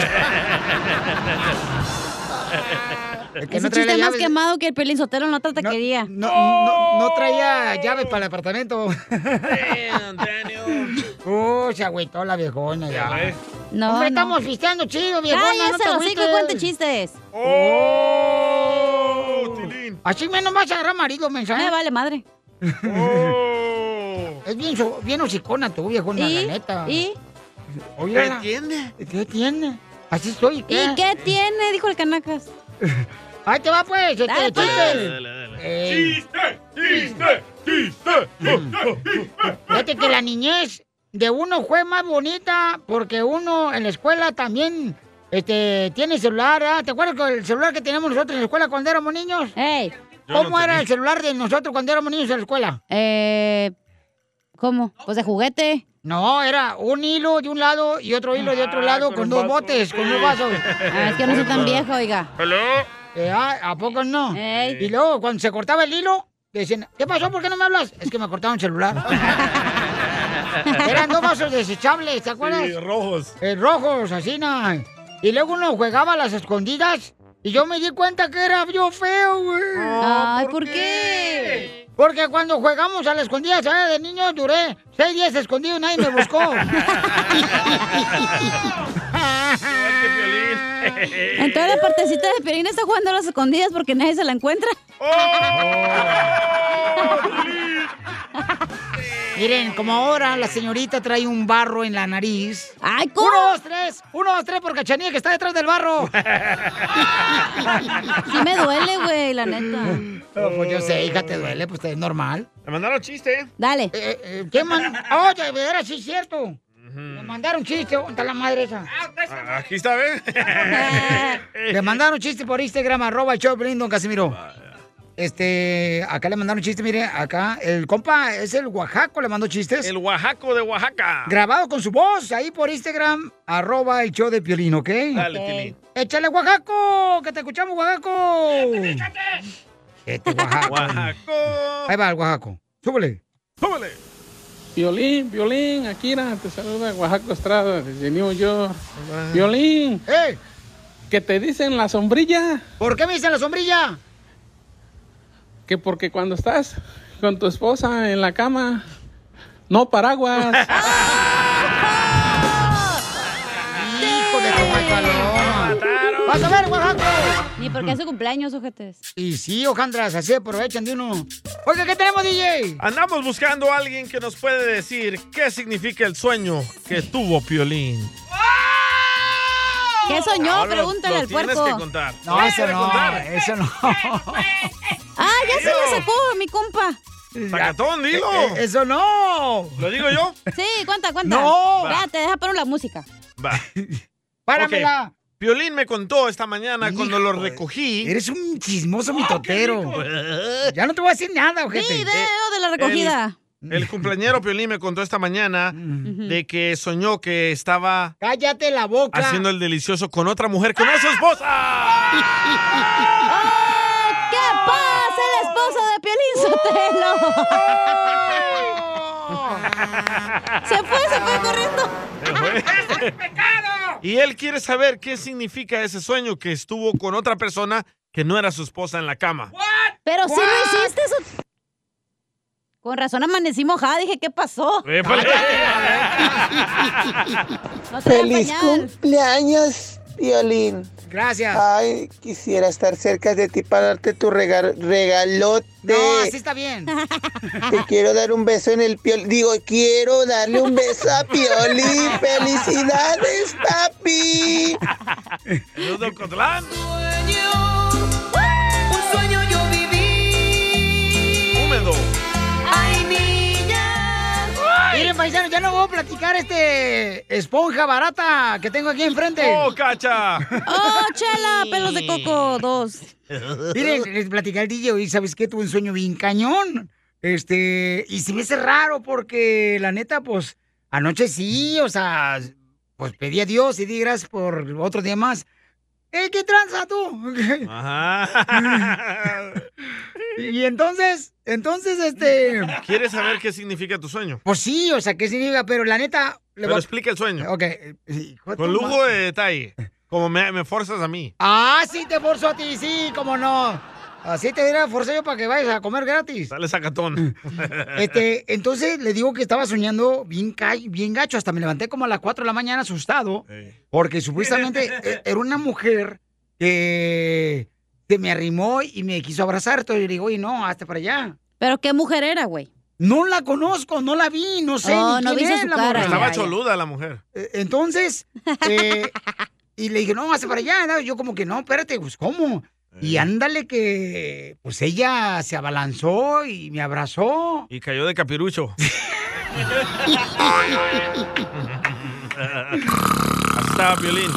S3: que
S5: Ese
S3: no trae
S5: chiste
S3: la
S5: es más
S3: llave.
S5: quemado que el Pelín Sotelo en la otra taquería.
S3: No, no, no traía llaves para el apartamento. Uh, se agüitó la viejona. Ya,
S4: ves.
S5: No,
S3: Hombre,
S5: no.
S3: estamos fisteando chido, viejona. no
S5: Cállese,
S3: te
S5: los cinco
S3: agüites.
S5: cuente chistes.
S3: Oh. Así menos vas a agarrar marido, mensaje.
S5: Me Ah, vale madre. Oh.
S3: Es bien, so- bien hocicona tu viejona,
S5: ¿Y?
S3: la neta.
S5: ¿Y?
S3: Oye,
S4: tiene?
S3: ¿Qué tiene? Así estoy, ¿qué?
S5: ¿Y qué tiene? Dijo el Canacas.
S3: Ahí te va, pues. este,
S5: Dale, pues.
S3: chiste.
S5: Dale,
S3: Eh, Fíjate que la niñez de uno fue más bonita porque uno en la escuela también este, tiene celular. ¿ah? ¿Te acuerdas con el celular que teníamos nosotros en la escuela cuando éramos niños?
S5: Yo no
S3: ¿Cómo era
S5: tenía.
S3: el celular de nosotros cuando éramos niños en la escuela?
S5: Eh, ¿Cómo? Pues de juguete.
S3: No, era un hilo de un lado y otro hilo de otro
S4: Ah,
S3: lado con, dos botes, con dos vasos.
S5: Ah, es que no soy tan viejo, oiga.
S4: ¿Aló?
S3: Eh, ah, ¿A poco no? Y luego, cuando se cortaba el hilo, decían, ¿qué pasó? ¿Por qué no me hablas? Es que me cortaron el celular. Eran dos vasos desechables, ¿te acuerdas?
S4: Sí, rojos.
S3: Eh, rojos, así, na. Y luego uno jugaba a las escondidas Y yo me di cuenta que era yo feo, güey.
S5: Ay, Ah, ¿por qué?
S3: Porque cuando jugamos a la escondida, ¿sabes? De niño duré seis días escondido y nadie me buscó.
S5: Entonces la partecita de Piolín está jugando a las escondidas porque nadie se la encuentra.
S3: Miren, como ahora la señorita trae un barro en la nariz.
S5: ¡Ay,
S3: cómo! ¡Uno, dos, tres! ¡Uno, dos, tres! Por Cachanilla que está detrás del barro.
S5: Sí me duele, güey, la neta.
S3: No, pues yo sé, hija, te duele, pues es normal.
S4: Me mandaron chiste.
S5: Dale.
S3: ¿Qué man? Oye, de veras, sí es cierto. Me mandaron chiste, ¿dónde está la madre esa?
S4: Ah, Aquí está, ¿ves?
S3: Le mandaron chiste por Instagram, arroba el show de Piolín, don Casimiro. Este, acá le mandaron chiste, mire, acá, el compa es el Oaxaco, le mandó chistes.
S4: El Oaxaco de Oaxaca.
S3: Grabado con su voz, ahí por Instagram, arroba el show de Piolín, ¿ok?
S4: Dale,
S3: Ok.
S4: Piolín.
S3: ¡Échale, Oaxaco! ¡Que te escuchamos, Oaxaco! Este Oaxaco. Ahí va el Oaxaco. Súbele.
S4: ¡Súbele!
S2: Violín, violín, Akira, te saluda Oaxaco Estrada desde New York. Violín.
S3: ¡Eh!
S2: ¿Qué te dicen la sombrilla?
S3: ¿Por qué me dicen la sombrilla?
S2: Que porque cuando estás con tu esposa en la cama, no paraguas.
S3: ¡Hijo de tu guacalón! ¡Vas a ver, Oaxaco!
S5: Ni porque es su cumpleaños, ojetes.
S3: Y sí, Ojandras, así aprovechan de uno. Oiga, ¿qué tenemos, DJ?
S4: Andamos buscando a alguien que nos puede decir qué significa el sueño que tuvo Piolín.
S5: ¿Qué soñó?
S4: Ahora lo-
S5: Pregúntale
S4: lo
S5: al
S4: tienes
S5: puerco.
S4: que contar.
S3: Oh. No,
S4: Lo
S3: eso
S4: tienes que
S3: no, eh.
S4: contar.
S3: eso no.
S5: Ah, ya se lo sacó, mi compa.
S4: Sacatón, dilo.
S3: Eh, eh, Eso no.
S4: ¿Lo digo yo?
S5: Sí, cuenta, cuenta.
S4: No.
S5: Ya, te deja poner la música.
S4: Va.
S5: Páramela.
S4: Ok. Piolín me contó esta mañana cuando lo recogí. Oh,
S3: Eres un chismoso mitotero. ya no te voy a decir nada, ojete. Eh,
S5: Video de la recogida.
S4: El, el cumpleañero Piolín me contó esta mañana de que soñó que estaba
S3: Cállate la boca.
S4: haciendo el delicioso con otra mujer que no es su esposa.
S5: ¡Ah! ¿Qué pasa, la esposa de Piolín Sotelo? se fue, se fue corriendo.
S4: Y él quiere saber qué significa ese sueño que estuvo con otra persona que no era su esposa en la cama.
S5: Pero sí lo hiciste eso. Con razón amanecí mojada, dije, ¿qué pasó? Ah,
S4: Épale.
S5: No te da el
S16: Feliz
S5: pañal.
S16: cumpleaños, Violín.
S3: Gracias.
S16: Ay, quisiera estar cerca de ti para darte tu rega- regalote.
S3: No, así está bien.
S16: Te quiero dar un beso en el piol. Digo, quiero darle un beso a Piolín. ¡Felicidades, papi!
S4: Saludos, Cotlán.
S17: Un sueño yo viví.
S4: Húmedo.
S17: Ay, niña.
S3: Miren, paisanos, ya no voy a platicar este esponja barata que tengo aquí enfrente.
S4: ¡Oh, cacha!
S5: ¡Oh, chela! Pelos de coco, dos.
S3: Miren, les platicé al DJ y sabes qué? tuve un sueño bien cañón. Este, y se me hace raro porque la neta, pues, anoche sí, o sea, pues pedí a Dios y di gracias por otro día más. ¡Eh, qué tranza tú!
S4: Ajá.
S3: y entonces, entonces, este.
S4: ¿Quieres saber qué significa tu sueño?
S3: Pues sí, o sea, qué significa, pero la neta.
S4: Pero
S3: le voy a-
S4: explica el sueño.
S3: Ok. hijo de tu
S4: Con lujo
S3: madre.
S4: de detalle. Como me, me forzas a mí.
S3: Ah, sí te forzo a ti, sí, cómo no. Así te dirá forcé yo para que vayas a comer gratis.
S4: Dale sacatón.
S3: Este, entonces le digo que estaba soñando bien, ca- bien gacho, hasta me levanté como a las 4 de la mañana asustado, porque supuestamente e- era una mujer que se me arrimó y me quiso abrazar, entonces yo le digo, oye, no, hasta para allá.
S5: ¿Pero qué mujer era, güey?
S3: No la conozco, no la vi, no sé.
S5: Oh,
S3: ni
S5: no
S3: quién
S5: viste
S3: es
S5: su
S3: la
S5: cara.
S3: morra.
S4: Estaba choluda la mujer.
S3: Eh, Entonces, eh, y le dije, no, hace para allá. ¿no? Yo como que, no, espérate, pues, ¿cómo? Y ándale que, pues, ella se abalanzó y me abrazó.
S4: Y cayó de capirucho. Así estaba violín.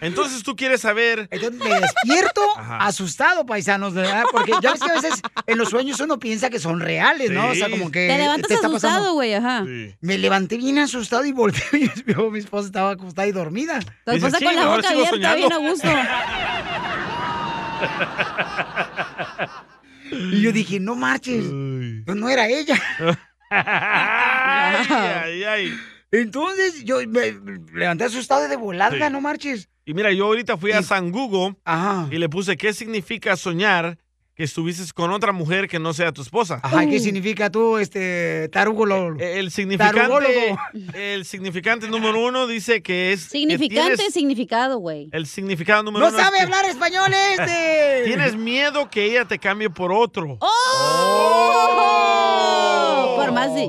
S4: Entonces tú quieres saber.
S3: Entonces me despierto asustado, paisanos, ¿verdad? Porque ya ves que a veces en los sueños uno piensa que son reales, ¿no? O sea,
S5: Sí.
S3: como que
S5: Te levantas
S3: está pasando.
S5: asustado, güey, ajá.
S3: Me levanté bien asustado y volteé y veo, mi esposa estaba acostada y dormida.
S5: Tu esposa con la boca abierta, bien a gusto.
S3: Y yo dije, no marches, pues no era ella.
S4: ay, ay, ay.
S3: Entonces, yo me levanté asustado de volada,
S4: Sí.
S3: no marches.
S4: Y mira, yo ahorita fui a San Google y le puse qué significa soñar que estuvieses con otra mujer que no sea tu esposa.
S3: Ajá, ¿qué significa tú, este, tarugolo?
S4: E-, El significante, el significante número uno dice que es... que
S5: Significante,
S4: tienes-
S5: significado, güey.
S4: el significado número
S5: No
S4: uno es
S5: sabe
S4: que-
S5: hablar español este.
S4: Tienes miedo que ella te cambie por otro.
S5: ¡Oh! Por más de.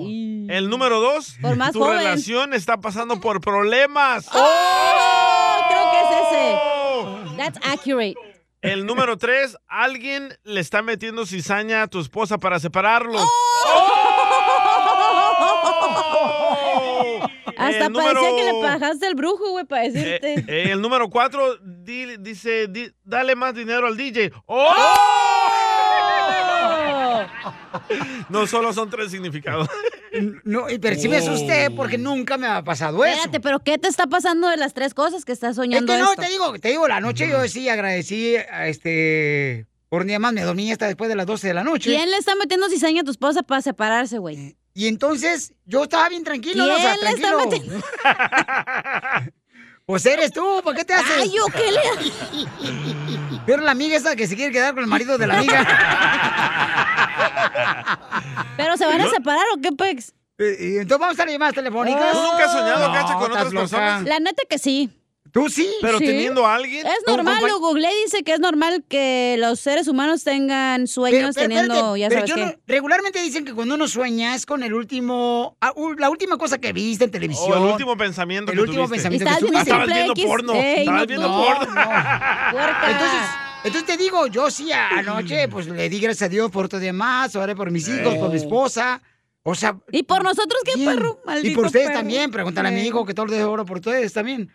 S4: El número dos,
S5: Por más
S4: tu
S5: joven.
S4: relación está pasando por problemas.
S5: Creo que
S4: ¡Oh!
S5: es ese. Oh. That's accurate.
S4: El número tres, alguien le está metiendo cizaña a tu esposa para separarlo.
S5: Oh, Hasta
S4: ¡Oh! El
S5: parecía
S4: número-
S5: que le bajaste el brujo, güey, para
S4: Eh,
S5: decirte.
S4: eh, el número cuatro di- dice, di- dale más dinero al DJ. ¡Oh!
S5: Oh.
S4: No solo son tres significados.
S3: No, y pero sí
S4: Oh.
S3: me asusté porque nunca me ha pasado eso.
S5: Espérate, pero ¿qué te está pasando de las tres cosas que estás
S3: Es
S5: soñando?
S3: que no,
S5: esto?
S3: te digo, te digo, la noche yo sí agradecí, a este, por un día más me dormí hasta después de las 12 de la noche.
S5: ¿Quién le está metiendo cizaña a tu esposa para separarse, güey?
S3: Y entonces yo estaba bien tranquilo,
S5: ¿Quién
S3: ¿no? O sea,
S5: le está
S3: tranquilo.
S5: metiendo?
S3: Pues eres tú, ¿por qué te haces?
S5: Ay, yo qué
S3: le Pero la amiga esa que se quiere quedar con el marido de la amiga.
S5: ¿Pero se van a separar o qué, Pex?
S3: Eh, Entonces vamos a las llamadas telefónicas.
S4: ¿Tú nunca has soñado, Cacha, con
S3: estás
S4: otras
S3: loca.
S4: personas?
S5: La neta que sí.
S3: ¿Tú sí?
S4: Pero
S5: Sí.
S4: teniendo a alguien.
S5: Es normal, lo googleé, dice que es normal que los seres humanos tengan sueños
S3: Pero
S5: teniendo,
S3: espérate,
S5: ya
S3: pero
S5: sabes
S3: yo
S5: qué.
S3: no- regularmente dicen que cuando uno sueña es con el último, ah, u- la última cosa que viste en televisión.
S4: O Oh, el último pensamiento
S3: El
S4: que
S3: último
S4: tuviste.
S3: pensamiento que tuviste.
S4: Estabas viendo porno. estabas viendo porno.
S3: Entonces, entonces te digo, yo sí a- anoche, pues le di gracias a Dios por todo día más, oré por mis hijos, por mi esposa. O sea.
S5: ¿Y por nosotros qué, perro?
S3: y
S5: Maldito
S3: por ustedes
S5: perro.
S3: también, pregúntale a mi
S5: Ey.
S3: hijo que todo el día oro por ustedes también.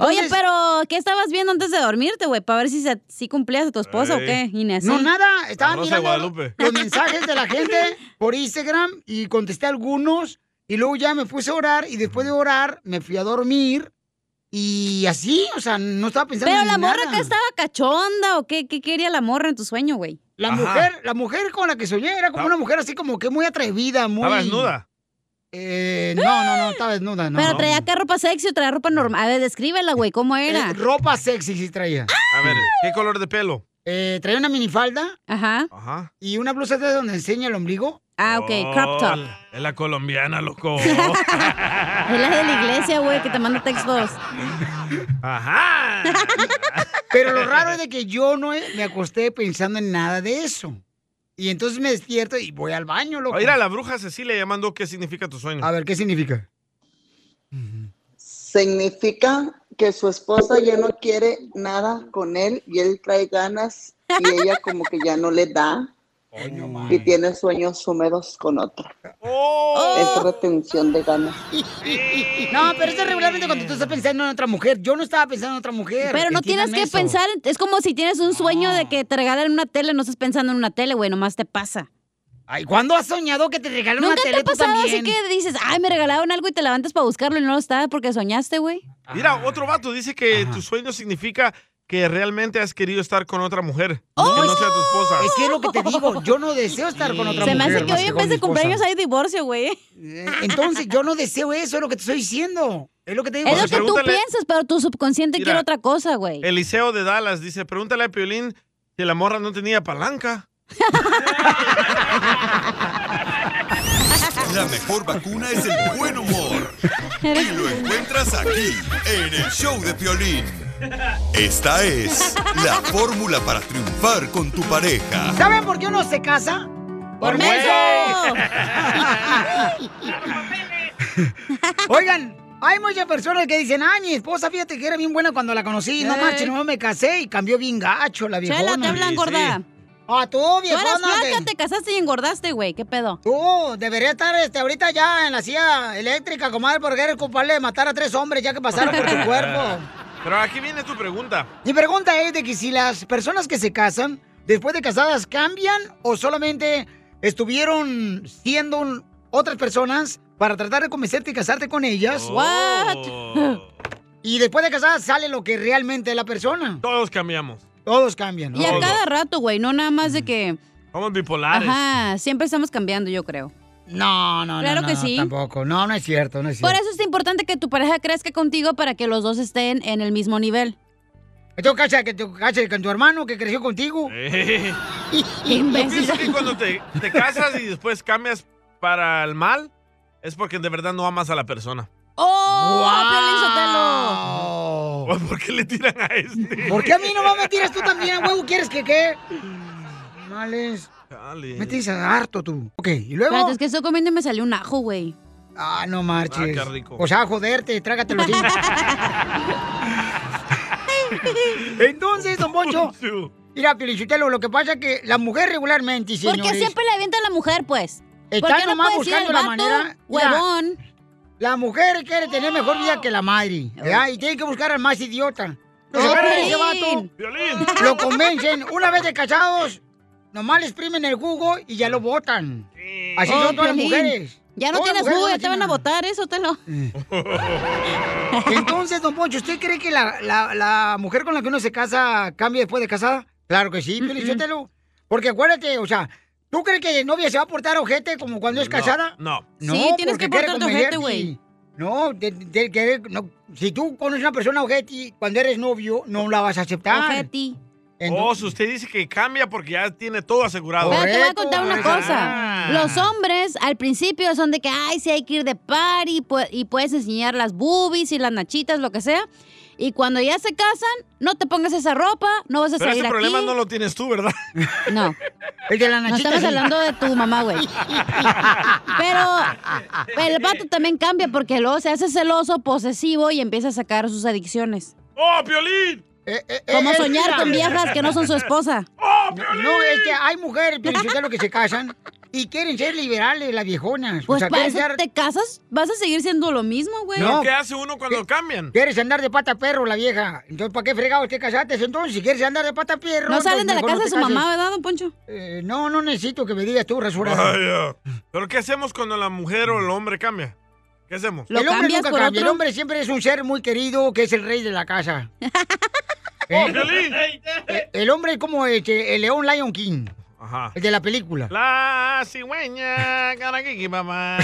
S5: Oye, pero ¿qué estabas viendo antes de dormirte, güey? Para ver si, se- si cumplías a tu esposa o qué, Inés.
S3: No, nada,
S5: La
S3: estaba
S5: Rosa de
S3: mirando
S5: Guadalupe.
S3: los mensajes de la gente por Instagram y contesté algunos y luego ya me puse a orar y después de orar me fui a dormir y así, o sea, no estaba pensando
S5: Pero
S3: en
S5: la morra
S3: nada.
S5: que estaba cachonda o qué, qué quería la morra en tu sueño, güey.
S4: Ah,
S3: La mujer, la mujer con la que soñé era como una mujer así como que muy atrevida, muy
S5: ¿Estaba desnuda?
S3: Eh, no, no, no, estaba desnuda, no.
S5: Pero traía qué ropa sexy o traía ropa normal. A ver, descríbela, güey, ¿cómo era?
S3: Eh, ropa sexy sí traía.
S4: A ver, ¿qué color de pelo?
S3: Eh, traía una minifalda.
S5: Ajá.
S4: Ajá.
S3: Y una blusa de donde enseña el ombligo.
S5: Ah,
S4: Oh, Es la colombiana, loco. Oh.
S5: Es la de la iglesia, güey, que te manda textos.
S4: Ajá.
S3: Pero lo raro es de que yo no me acosté pensando en nada de eso. Y entonces me despierto y voy al baño, loco.
S4: Mira, la bruja Cecilia ya mandó qué significa tu sueño.
S3: A ver, ¿qué significa?
S18: Significa que su esposa ya no quiere nada con él y él trae ganas y ella como que ya no le da y tiene sueños húmedos con otra. Es retención de ganas.
S3: No, pero eso es regularmente cuando tú estás pensando en otra mujer. Yo no estaba pensando en otra mujer.
S5: Pero no tienes que
S3: Entiendan eso.
S5: pensar, en- es como si tienes un sueño de que te regalan una tele, no estás pensando en una tele, güey, nomás te pasa.
S3: Ay, ¿cuándo has soñado que te regalan una
S5: ¿Nunca te
S3: tele
S5: ha
S3: tú
S5: pasado así
S3: también?
S5: que dices, ay, me regalaron algo y te levantas para buscarlo y no lo está porque soñaste, güey? Ah.
S4: Mira, otro vato dice que tu sueño significa que realmente has querido estar con otra mujer.
S5: ¡Oh!
S4: que no sea tu esposa.
S3: Es que es lo que te digo, yo no deseo estar con otra
S5: Se me
S3: mujer.
S5: hace que
S3: más
S5: hoy en
S3: con
S5: vez de
S3: mi esposa. Eh,
S5: cumpleaños hay divorcio, güey.
S3: Entonces, yo no deseo eso, es lo que te estoy diciendo. Es lo que te digo.
S5: Es lo que tú
S4: Pues pregúntale-
S5: piensas, pero tu subconsciente
S4: Mira.
S5: quiere otra cosa, güey.
S4: Eliseo de Dallas dice, pregúntale a Piolín si la morra no tenía palanca.
S7: La mejor vacuna es el buen humor. Y lo encuentras aquí, en el show de Piolín. Esta es la fórmula para triunfar con tu pareja.
S3: ¿Saben por qué uno se casa?
S7: ¡Por
S3: menso! Oigan, hay muchas personas que dicen, ay, mi esposa, fíjate que era bien buena cuando la conocí. No
S5: Ey.
S3: manches, no me casé y cambió bien gacho la
S5: Eh. Chela,
S3: viejona.
S5: te hablan, Sí, gorda. sí.
S3: Ah, tú,
S5: Tú eras
S3: viejona.
S5: flaca, te casaste y engordaste, güey, ¿qué pedo?
S3: Tú, debería estar este, ahorita ya en la silla eléctrica, comadre, porque eres culpable de matar a tres hombres ya que pasaron por tu cuerpo.
S4: Pero aquí viene tu pregunta.
S3: Mi pregunta es de que si las personas que se casan, después de casadas, cambian o solamente estuvieron siendo un- otras personas para tratar de convencerte y casarte con ellas.
S4: Oh. What?
S3: Y después de casadas sale lo que realmente es la persona.
S4: Todos cambiamos.
S3: Todos cambian.
S5: Y
S4: Mm.
S5: a cada rato, güey, no nada más de que,
S4: Somos bipolares.
S5: ajá, siempre estamos cambiando, yo creo.
S3: No, no, no,
S5: Claro
S3: no,
S5: que
S3: no,
S5: sí.
S3: tampoco. No, no es cierto, no es
S5: Por
S3: cierto.
S5: eso es importante que tu pareja crezca contigo para que los dos estén en el mismo nivel.
S3: Yo cacha que tu cacha con tu hermano que creció contigo.
S4: ¿Tú piensas Eh. que cuando te, te casas y después cambias para el mal es porque de verdad no amas a la persona?
S5: ¡Oh!
S17: Piolín
S4: ¿O ¿Por qué le tiran a este?
S3: ¿Por qué a mí no me tiras tú también, huevo? ¿Quieres que qué? Males.
S4: Dale.
S3: Me tiras harto tú. Ok, y luego.
S5: Espérate, es que estoy comiendo y me salió un ajo, güey.
S3: Ah, no marches.
S5: Ah, qué rico.
S3: O sea, joderte, trágatelo así. Entonces, don Poncho. Mira, Pilichutelo, lo que pasa es que la mujer regularmente,
S5: Porque
S3: señores,
S5: siempre le avienta a la mujer, pues. ¿Por
S3: Está
S5: qué no
S3: nomás
S5: puede decir
S3: buscando
S5: al
S3: la
S5: vato,
S3: manera. Mira,
S5: Huevón.
S3: la mujer quiere tener mejor vida que la madre. ¿verdad? Y tiene que buscar al más idiota. Los
S17: ¡Oh,
S3: agarran ese
S17: Piolín!
S3: vato, Lo convencen. Una vez de casados, nomás le exprimen el jugo y ya lo botan. Así
S5: Oh,
S3: son todas las
S5: Piolín.
S3: mujeres.
S5: Ya no
S3: Todas las
S5: tienes jugo, ya
S3: mujeres
S5: te van a votar, eso te lo.
S3: Entonces, don Poncho, ¿usted cree que la, la- la mujer con la que uno se casa cambia después de casada? Claro que sí, Pelichotelo. Porque acuérdate, o sea, ¿tú crees que de novia se va a portar ojete como cuando es casada?
S4: No.
S17: Sí, tienes
S3: porque
S17: que
S3: quiere
S17: portarte
S3: convenir,
S17: ojete, güey.
S3: sí. No, de- de- que- no, si tú conoces a una persona ojete cuando eres novio, no la vas a aceptar.
S4: Oh, si usted dice que cambia porque ya tiene todo asegurado.
S5: Pero te voy a contar una
S4: Ah.
S5: cosa. Los hombres al principio son de que, ay, sí hay que ir de party pu- y puedes enseñar las boobies y las nachitas, lo que sea. Y cuando ya se casan, no te pongas esa ropa, no vas a
S4: Pero
S5: salir
S4: ese
S5: aquí.
S4: problema no lo tienes tú, ¿verdad?
S5: No.
S3: El de la
S5: No estamos hablando de tu mamá, güey. Pero el vato también cambia porque luego se hace celoso, posesivo y empieza a sacar sus adicciones.
S4: ¡Oh, Piolín!
S5: Como
S3: eh,
S5: soñar
S3: mira.
S5: con viejas que no son su esposa.
S4: Oh,
S3: No, eh. es que hay mujeres, Pelichotelo, que se casan y quieren ser liberales, las viejonas.
S5: Pues para
S3: quieren
S5: eso
S3: ser-
S5: te casas, vas a seguir siendo lo mismo, güey. Eh,
S3: No.
S4: ¿Qué hace uno cuando cambian?
S3: Quieres andar de pata perro, la vieja. Entonces, ¿para qué fregado te casaste? Entonces, si quieres andar de pata perro.
S5: No salen
S3: entonces
S5: de la
S3: mejor
S5: casa de
S3: te
S5: su mamá,
S3: cases.
S5: ¿verdad, don Poncho?
S3: Eh, no, no necesito que me digas tú, rasura.
S4: Vaya. ¿Pero qué hacemos cuando la mujer o el hombre cambia? ¿Qué hacemos?
S3: el hombre nunca cambia. El hombre siempre es un ser muy querido que es el rey de la casa. ¿Eh?
S4: Oh,
S3: Eh, el hombre es como este, el león Lion King.
S4: Ajá.
S3: El de la película.
S4: La cigüeña, caraquiqui, mamá.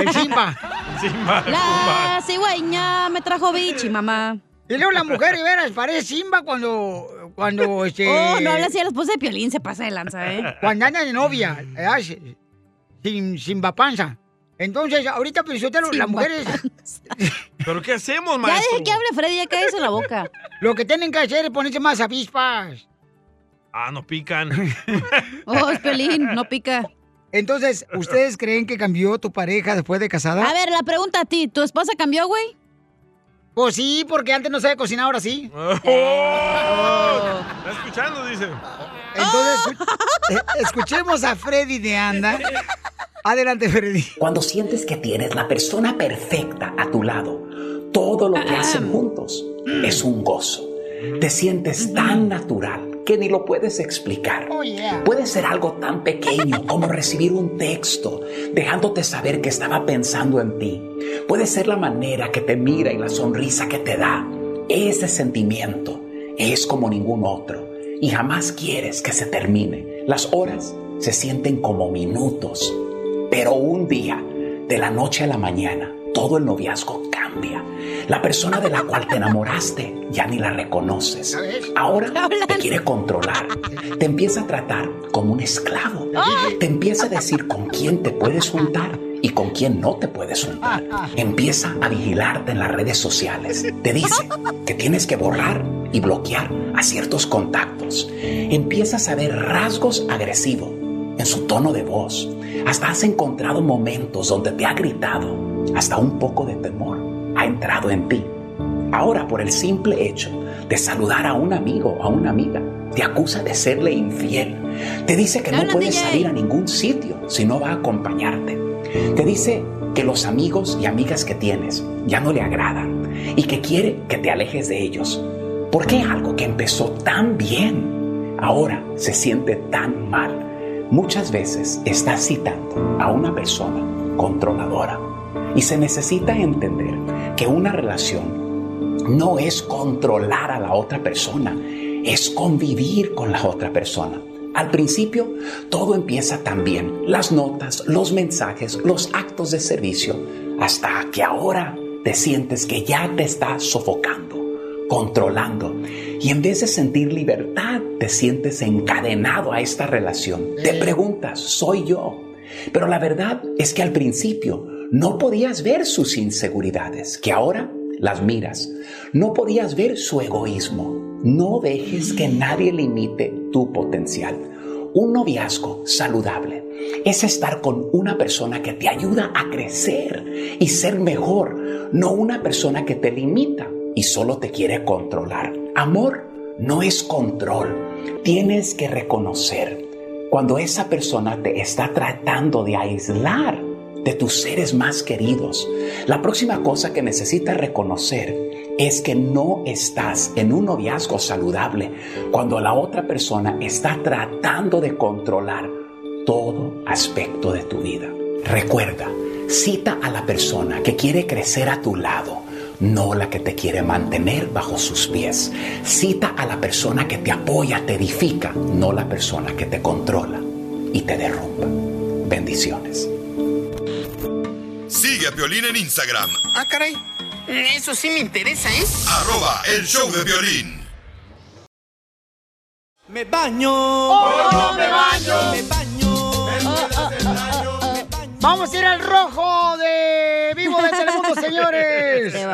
S3: El Simba. Ah,
S4: Simba.
S5: La cigüeña me trajo bichi, mamá.
S3: Y luego la mujer, y veras, parece Simba cuando, cuando, este...
S5: Oh, no habla así a la esposa de Piolín, se pasa de lanza, ¿eh?
S3: Cuando andan de novia, ¿verdad? Si- sin, sin vapanza. Entonces, ahorita, pero yo te lo, las mujeres...
S4: ¿Pero qué hacemos,
S5: Ya
S4: maestro?
S5: dije que hable Freddy, ya cállese la boca.
S3: Lo que tienen que hacer es ponerse más avispas.
S4: Ah, no pican.
S5: Oh, es Piolín, no pica.
S3: Entonces, ¿ustedes creen que cambió tu pareja después de casada?
S5: A ver, la pregunta a ti, ¿tu esposa cambió, güey?
S3: Pues sí, porque antes no sabía cocinar, ahora sí.
S5: Eh.
S4: Oh, Está escuchando, dice.
S3: Entonces,
S5: ¡Oh!
S3: escu- eh, escuchemos a Freddy de Anda. Adelante, Freddy.
S19: Cuando sientes que tienes la persona perfecta a tu lado, todo lo que
S3: Ah.
S19: hacen juntos
S3: Mm.
S19: es un gozo. Te sientes tan natural que ni lo puedes explicar.
S3: Oh,
S19: Puede ser algo tan pequeño como recibir un texto dejándote saber que estaba pensando en ti. Puede ser la manera que te mira y la sonrisa que te da. Ese sentimiento es como ningún otro y jamás quieres que se termine. Las horas se sienten como minutos, pero un día, de la noche a la mañana, todo el noviazgo cambia. La persona de la cual te enamoraste ya ni la reconoces. Ahora te quiere controlar. Te empieza a tratar como un esclavo. Te empieza a decir con quién te puedes juntar y con quién no te puedes juntar. Empieza a vigilarte en las redes sociales. Te dice que tienes que borrar y bloquear a ciertos contactos. Empiezas a ver rasgos agresivos en su tono de voz. Hasta has encontrado momentos donde te ha gritado. Hasta un poco de temor ha entrado en ti. Ahora, por el simple hecho de saludar a un amigo o a una amiga, te acusa de serle infiel. Te dice que no
S17: Habla,
S19: puedes
S17: DJ.
S19: salir a ningún sitio si no va a acompañarte. Te dice que los amigos y amigas que tienes ya no le agradan y que quiere que te alejes de ellos. ¿Por qué algo que empezó tan bien ahora se siente tan mal? Muchas veces estás citando a una persona controladora y se necesita entender que una relación no es controlar a la otra persona, es convivir con la otra persona. Al principio, todo empieza tan bien. Las notas, los mensajes, los actos de servicio, hasta que ahora te sientes que ya te está sofocando, controlando. Y en vez de sentir libertad, te sientes encadenado a esta relación. Te preguntas, ¿soy yo? Pero la verdad es que al principio no podías ver sus inseguridades, que ahora las miras. No podías ver su egoísmo. No dejes que nadie limite tu potencial. Un noviazgo saludable es estar con una persona que te ayuda a crecer y ser mejor, no una persona que te limita y solo te quiere controlar. Amor no es control. Tienes que reconocer cuando esa persona te está tratando de aislar de tus seres más queridos. La próxima cosa que necesitas reconocer es que no estás en un noviazgo saludable cuando la otra persona está tratando de controlar todo aspecto de tu vida. Recuerda, cita a la persona que quiere crecer a tu lado, no la que te quiere mantener bajo sus pies. Cita a la persona que te apoya, te edifica, no la persona que te controla y te derrumba. Bendiciones.
S7: Sigue a Piolín en Instagram.
S12: Ah, caray. Eso sí me interesa, ¿eh?
S7: Arroba el show de violín.
S12: Me baño.
S3: Oh, no me baño.
S12: Me baño.
S3: Vamos a ir al rojo de Vivo de Telemundo, señores.
S12: Este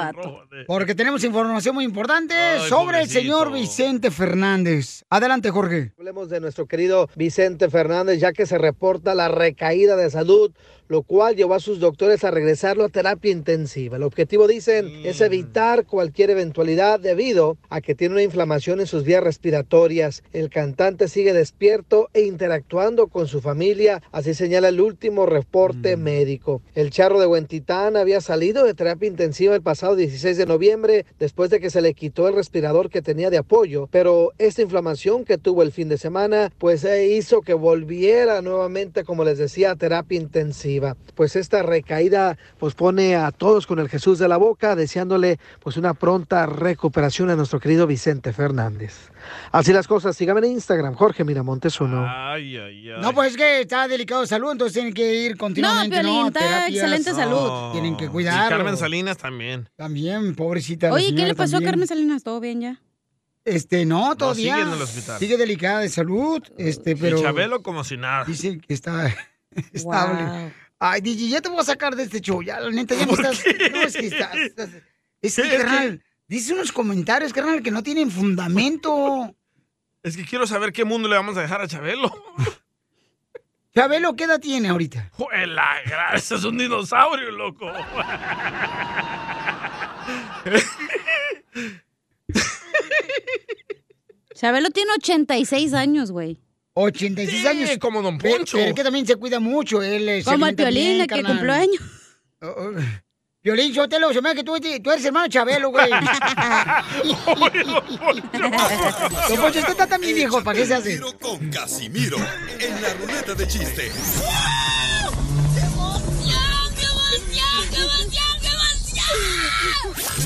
S3: Porque tenemos información muy importante
S6: Ay,
S3: sobre el
S6: pobrecito.
S3: señor Vicente Fernández. Adelante, Jorge.
S6: Hablemos de nuestro querido Vicente Fernández, ya que se reporta la recaída de salud, lo cual llevó a sus doctores a regresarlo a terapia intensiva. El objetivo, dicen, es evitar cualquier eventualidad debido a que tiene una inflamación en sus vías respiratorias. El cantante sigue despierto e interactuando con su familia, así señala el último reporte médico. El charro de Huentitán había salido de terapia intensiva el pasado 16 de noviembre después de que se le quitó el respirador que tenía de apoyo, pero esta inflamación que tuvo el fin de semana pues eh, hizo que volviera nuevamente, como les decía, a terapia intensiva. Pues esta recaída pues pone a todos con el Jesús de la boca, deseándole pues una pronta recuperación a nuestro querido Vicente Fernández. Así las cosas, síganme en Instagram, Jorge Miramontes uno.
S3: Ah.
S4: Ay, ay, ay.
S3: No, pues es que está delicado de salud, entonces tienen que ir continuamente.
S5: Piolín,
S3: a
S5: está
S3: terapias. ah,
S5: excelente de salud.
S3: Tienen que
S4: Y
S3: cuidarlo.
S4: Carmen Salinas también.
S3: También, pobrecita. la
S5: Oye, ¿qué le
S3: señora
S5: pasó a
S3: también.
S5: Carmen Salinas? ¿Todo bien ya?
S3: Este, no,
S4: No,
S3: todavía.
S4: sigue en el hospital.
S3: Sigue delicada de salud, este, pero...
S4: Y Chabelo como si nada.
S3: Dice que está estable. Ay, DJ, ya te voy a sacar de este show. Ya, la neta, ya me estás. No, es que estás. estás- es que, carnal, dice unos comentarios, carnal, que no tienen fundamento.
S4: Es que quiero saber qué mundo le vamos a dejar a Chabelo.
S3: Chabelo, ¿qué edad tiene ahorita?
S4: ¡Juela! Gracias, es un dinosaurio, loco.
S5: Chabelo tiene 86 años, güey.
S3: 86 años.
S4: como Don
S3: Poncho. Pero, que también se cuida mucho. Él eh, se
S5: Como el
S3: alimenta
S5: Piolín,
S3: bien,
S5: el que
S3: carnal.
S5: cumplió años.
S3: Oh, oh. Piolín, yo te lo se me hace que tú, tú eres hermano de Chabelo, güey. Don Poncho, usted está tan bien viejo, ¿para qué se hace?
S7: Con Casimiro en la ruleta de chistes.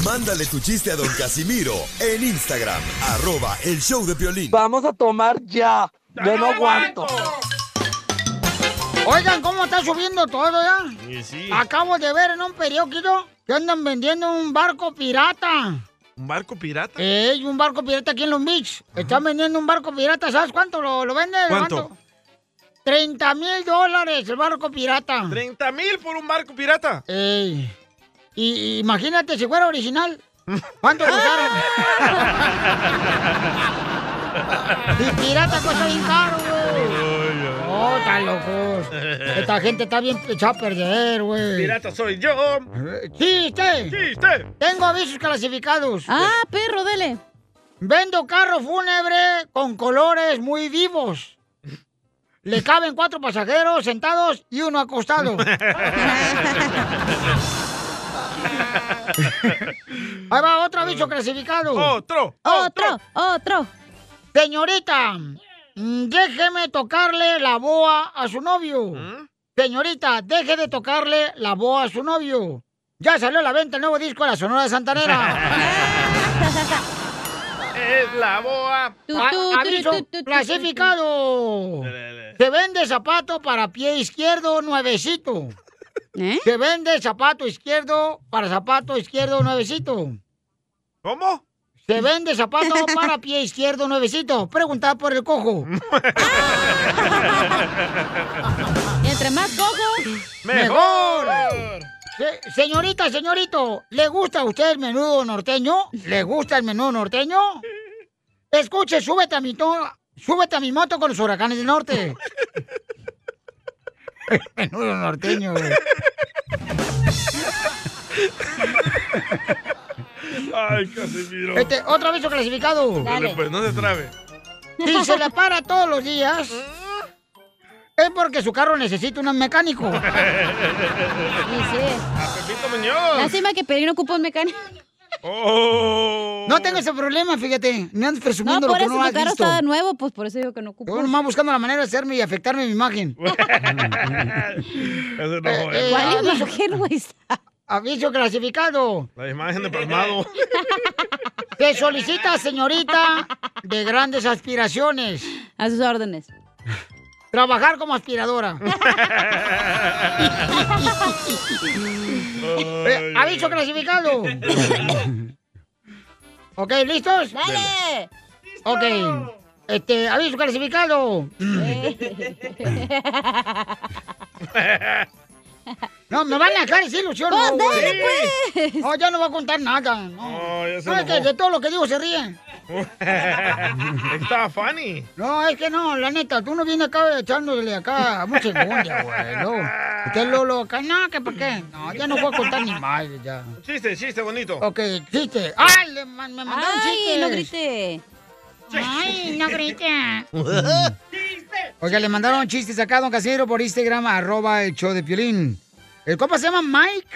S7: Mándale tu chiste a don Casimiro en Instagram, arroba el show de violín.
S12: Vamos a tomar ya.
S7: Yo no aguanto.
S3: Oigan, ¿cómo está subiendo todo ya?
S4: Y sí,
S3: Acabo de ver en un periódico que andan vendiendo un barco pirata.
S4: un barco pirata.
S3: Ey, un barco pirata aquí en Long Beach. Están vendiendo un barco pirata. ¿Sabes cuánto lo, lo venden?
S4: ¿Cuánto?
S3: 30 mil dólares el barco pirata. ¿30 mil por un barco pirata? Ey. Y, y imagínate si fuera original. ¿Cuánto costaron? y pirata pues, cosa bien caro, güey. Oh, tan locos. Esta gente está bien echada a perder, güey.
S4: Pirata soy yo.
S3: ¡Chiste! ¡Chiste! este. Tengo avisos clasificados. Ah, perro, dele. Vendo carro fúnebre con colores muy vivos. Le caben cuatro pasajeros sentados y uno acostado. Ahí va otro aviso clasificado. Otro, otro, otro. Señorita, mm, déjeme tocarle la boa a su novio. Señorita, deje de tocarle la boa a su novio. Ya salió a la venta el nuevo disco de la Sonora Santanera.
S4: es la boa.
S3: A- aviso clasificado. Se vende zapato para pie izquierdo nuevecito. Se vende zapato izquierdo para zapato izquierdo nuevecito. ¿Cómo? Se vende zapato para pie izquierdo nuevecito. Preguntad por el cojo.
S5: Entre más cojo,
S3: mejor. Se- señorita, señorito, ¿le gusta a usted el menudo norteño? ¿Le gusta el menudo norteño? Escuche, súbete a mi, to- súbete a mi moto con los huracanes del norte. menudo norteño, güey.
S4: Ay, Casimiro.
S3: Este, otro aviso clasificado.
S4: Dale, pues, no se trabe.
S3: Si se le para todos los días, es porque su carro necesita un mecánico.
S4: A Pepito Muñoz.
S5: lástima que Pelín ocupa un mecánico.
S4: Oh.
S3: No tengo ese problema, fíjate. Me andas
S5: No,
S3: presumiendo
S5: por
S3: lo que
S5: eso
S3: no
S5: mi
S3: has
S5: carro
S3: visto.
S5: está nuevo, pues por eso digo que no ocupo.
S3: Yo nomás buscando la manera de hacerme y afectarme mi imagen.
S4: Ese no,
S3: Eh,
S4: eh.
S3: aviso- Aviso clasificado.
S4: La imagen de palmado.
S3: Te solicita, señorita, de grandes aspiraciones. A sus órdenes. Trabajar como aspiradora. Eh, aviso clasificado. ok, ¿listos?
S5: ¡Dale!
S3: Ok. Este, aviso clasificado. No, me van a dejar sin ilusión.
S17: Pues,
S3: no, güey.
S17: dale, pues.
S3: No, ya no va a contar nada. No,
S4: ya se
S3: No, es que
S4: enojó.
S3: de todo lo que digo se ríen.
S4: Estaba funny.
S3: No, es que no, la neta, tú no vienes acá echándole acá a mucha engundia, güey. No. Usted lo loca, no, que para qué. No, ya no voy a contar ni más, ya.
S4: Chiste, chiste bonito.
S3: Ok, chiste. ¡Ay, le man- me mandaron
S5: Ay,
S3: chistes!
S5: no grité.
S3: ¡Ay, no grité! Oiga, le mandaron chistes acá a Don Casimiro por Instagram, arroba el show de Piolín. El compa se llama Mike.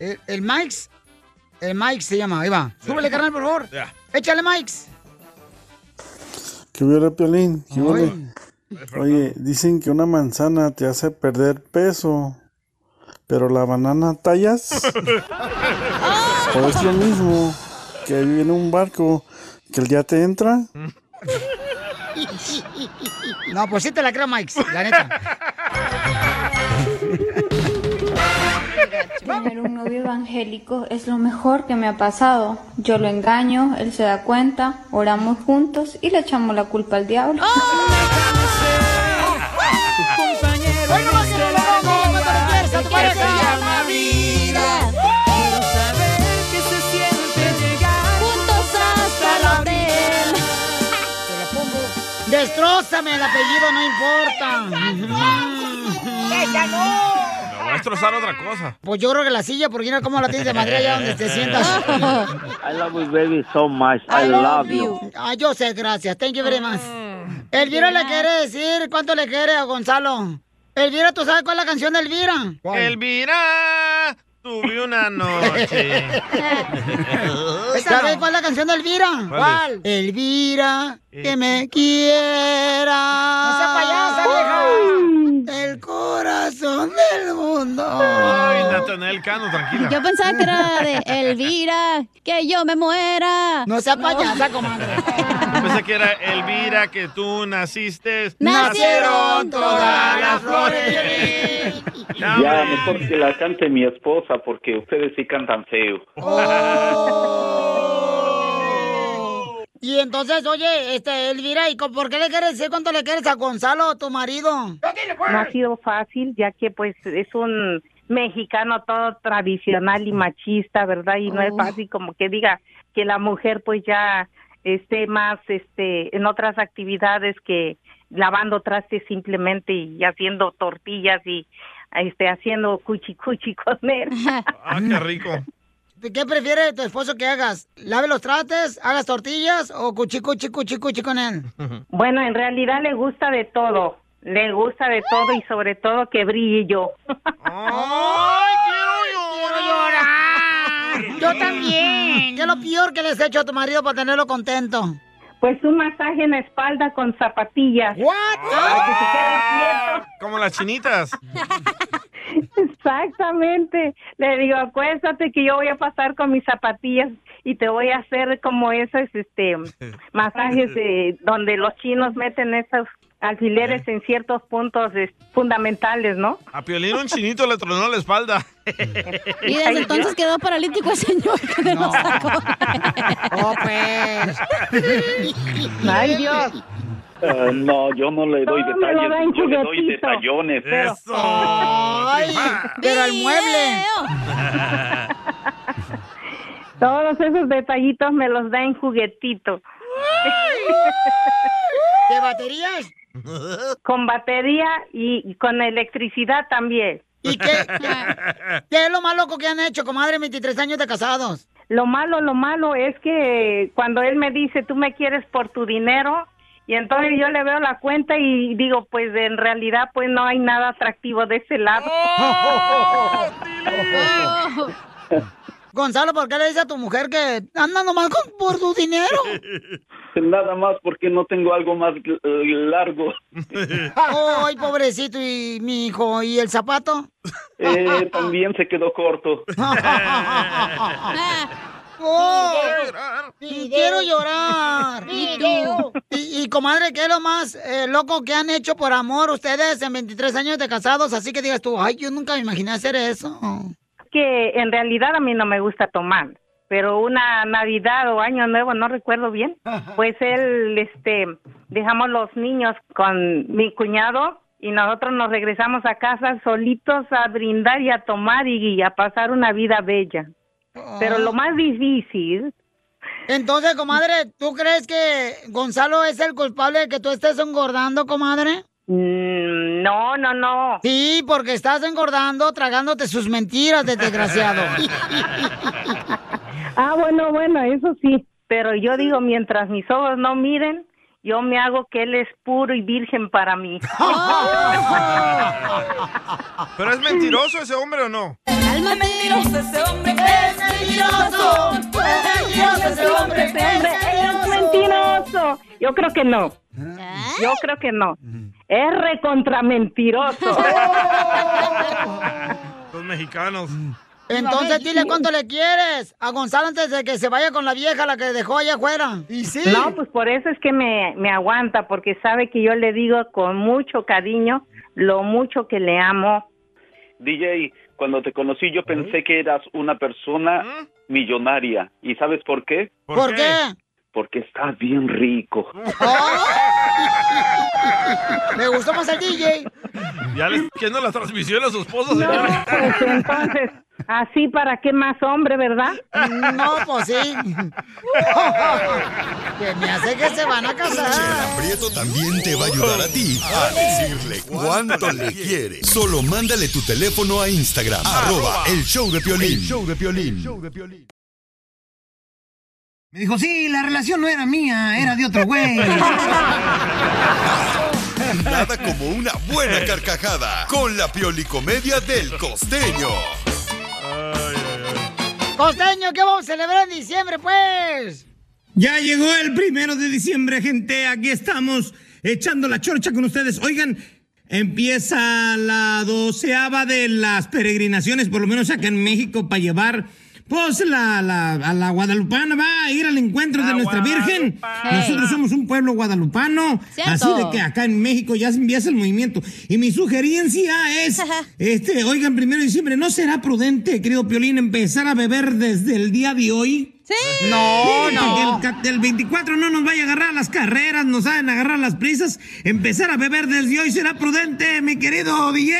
S3: El, el Mike. El Mike se llama, ahí va. Súbele, carnal, por favor.
S4: Ya.
S3: Échale, Mike.
S14: ¿Qué hubiera, Piolín? ¿Qué huele? Oye, dicen que una manzana te hace perder peso, pero la banana tallas. O es lo mismo que viene un barco que el día te entra.
S3: No, pues sí te la creo, Mike, la neta.
S20: Tener un novio evangélico es lo mejor que me ha pasado. Yo lo engaño, él se da cuenta, oramos juntos y le echamos la culpa al diablo.
S5: Oh,
S17: Compañero, en este
S3: largo
S17: que se llama vida. Quiero saber qué se siente llegar juntos hasta la meta.
S3: Destrózame el apellido, no importa. ¡Ella no!
S4: Me voy a destrozar otra cosa.
S3: Pues yo creo que la silla, porque mira cómo la tienes de madera allá donde te sientas.
S21: I love you, baby, so much. I, love you.
S3: Ah, yo sé, gracias. Thank you very much. Elvira le quiere decir cuánto le quiere a Gonzalo. Elvira, ¿tú sabes cuál es la canción de Elvira?
S4: Elvira, tuve una noche.
S3: ¿Sabes cuál es la canción de Elvira?
S4: ¿Cuál
S3: Elvira, que me quiera. No sea payasa, vieja. El corazón del mundo.
S4: Ay, Natanel Cano, tranquila.
S5: Yo pensaba que era de Elvira, que yo me muera.
S3: No sea payasa, comadre.
S4: Yo pensé que era Elvira que tú naciste.
S17: Nacieron todas las
S4: flores.
S21: Ya, mejor que la cante mi esposa porque ustedes sí cantan feo.
S3: Y entonces, oye, este, Elvira, ¿y co- por qué le quieres decir cuánto le quieres a Gonzalo, tu marido?
S22: No ha sido fácil, ya que pues es un mexicano todo tradicional y machista, ¿verdad? Y no es
S5: Oh.
S22: fácil como que diga que la mujer pues ya esté más este en otras actividades que lavando trastes simplemente y haciendo tortillas y este haciendo cuchi cuchi con él.
S4: Ah, qué rico.
S3: ¿Qué prefiere tu esposo que hagas? ¿Lave los trates, hagas tortillas o cuchi, cuchi, cuchi, cuchi con él?
S22: Bueno, en realidad le gusta de todo. Le gusta de todo y sobre todo que brille yo.
S4: ¡Ay, quiero
S3: llorar! Yo también. ¿Qué es lo peor que les he hecho a tu marido para tenerlo contento?
S22: Pues un masaje en la espalda con zapatillas.
S4: Como las chinitas.
S22: Exactamente. Le digo, acuéstate que yo voy a pasar con mis zapatillas y te voy a hacer como esos este masajes de donde los chinos meten esos alfileres en ciertos puntos es- fundamentales, ¿no?
S4: A Piolín un chinito le tronó la espalda.
S5: Y desde entonces quedó paralítico el señor que no. lo sacó.
S22: Ay, Dios.
S21: Ah, no, yo no le doy
S22: Todo me lo da en
S21: detalles, yo le doy
S22: juguetito.
S21: detallones.
S22: Pero-
S3: ¡Ay! Pero al mueble.
S22: Todos esos detallitos me los da en juguetito.
S3: ¿De baterías?
S22: Con batería y con electricidad también.
S3: ¿Y qué, ¿Qué es lo más loco que han hecho, comadre, 23 años de casados?
S22: Lo malo, lo malo es que cuando él me dice, tú me quieres por tu dinero, y entonces yo le veo la cuenta y digo, pues en realidad pues no hay nada atractivo de ese lado.
S3: Gonzalo, ¿por qué le dices a tu mujer que anda nomás con, por tu dinero?
S21: Nada más porque no tengo algo más eh, largo.
S3: ¡Ay, pobrecito! ¿Y mi hijo? ¿Y el zapato?
S21: Eh, también se quedó corto.
S3: ¡Oh! Y quiero llorar. ¿Y tú? Y, y, comadre, ¿qué es lo más eh, loco que han hecho por amor ustedes en 23 años de casados? Así que digas tú, ay, yo nunca me imaginé hacer eso.
S22: que en realidad a mí no me gusta tomar, pero una Navidad o Año Nuevo, no recuerdo bien, pues él, este, dejamos los niños con mi cuñado y nosotros nos regresamos a casa solitos a brindar y a tomar y, a pasar una vida bella. Pero
S3: Oh.
S22: lo más difícil,
S3: Entonces, comadre, ¿tú crees que Gonzalo es el culpable de que tú estés engordando, comadre?
S22: Mm, no, no, no.
S3: Sí, porque estás engordando, tragándote sus mentiras, de desgraciado.
S22: ah, bueno, bueno, eso sí, pero yo digo, mientras mis ojos no miren, yo me hago que él es puro y virgen para mí.
S3: Oh.
S4: ¿Pero es mentiroso ese hombre o no?
S17: Es mentiroso ese hombre, es mentiroso. Es mentiroso ese hombre, es mentiroso.
S22: Es mentiroso. Yo creo que no.
S3: ¿Ah?
S22: Yo creo que no. Es recontra mentiroso.
S4: Los mexicanos.
S3: Entonces, dile cuánto le quieres a Gonzalo antes de que se vaya con la vieja, la que dejó allá afuera. Y sí.
S22: No, pues por eso es que me, me aguanta, porque sabe que yo le digo con mucho cariño lo mucho que le amo.
S21: DJ, cuando te conocí yo pensé que eras una persona millonaria. ¿Y sabes por qué?
S3: ¿Por qué?
S21: Porque estás Ah, bien rico.
S3: Me gustó más el DJ.
S4: Ya le está haciendo las transmisiones a sus esposos.
S22: Pues entonces, así para qué más hombre, ¿verdad?
S3: No, pues sí. que me hace que se van a casar.
S7: Prieto también te va a ayudar a ti a decirle cuánto le quieres. Solo mándale tu teléfono a Instagram, arroba el show de Piolín. show de Piolín.
S12: Me dijo, sí, la relación no era mía, era de otro güey.
S7: Nada como una buena carcajada con la piolicomedia del costeño.
S3: Costeño, ¿qué vamos a celebrar en diciembre, pues?
S13: Ya llegó el primero de diciembre, gente. Aquí estamos echando la chorcha con ustedes. Oigan, empieza la doceava de las peregrinaciones, por lo menos acá en México, para llevar. Pues la, la- a la guadalupana va a ir al encuentro de nuestra Virgen. Nosotros somos un pueblo guadalupano.
S17: Cierto.
S13: Así de que acá en México ya se empieza el movimiento. Y mi sugerencia es, este, oigan, primero de diciembre, ¿no será prudente, querido Piolín, empezar a beber desde el día de hoy?
S5: Sí.
S17: No, no.
S13: El, ca- el 24 no nos vaya a agarrar las carreras, nos saben agarrar las prisas. Empezar a beber desde hoy será prudente, mi querido DJ.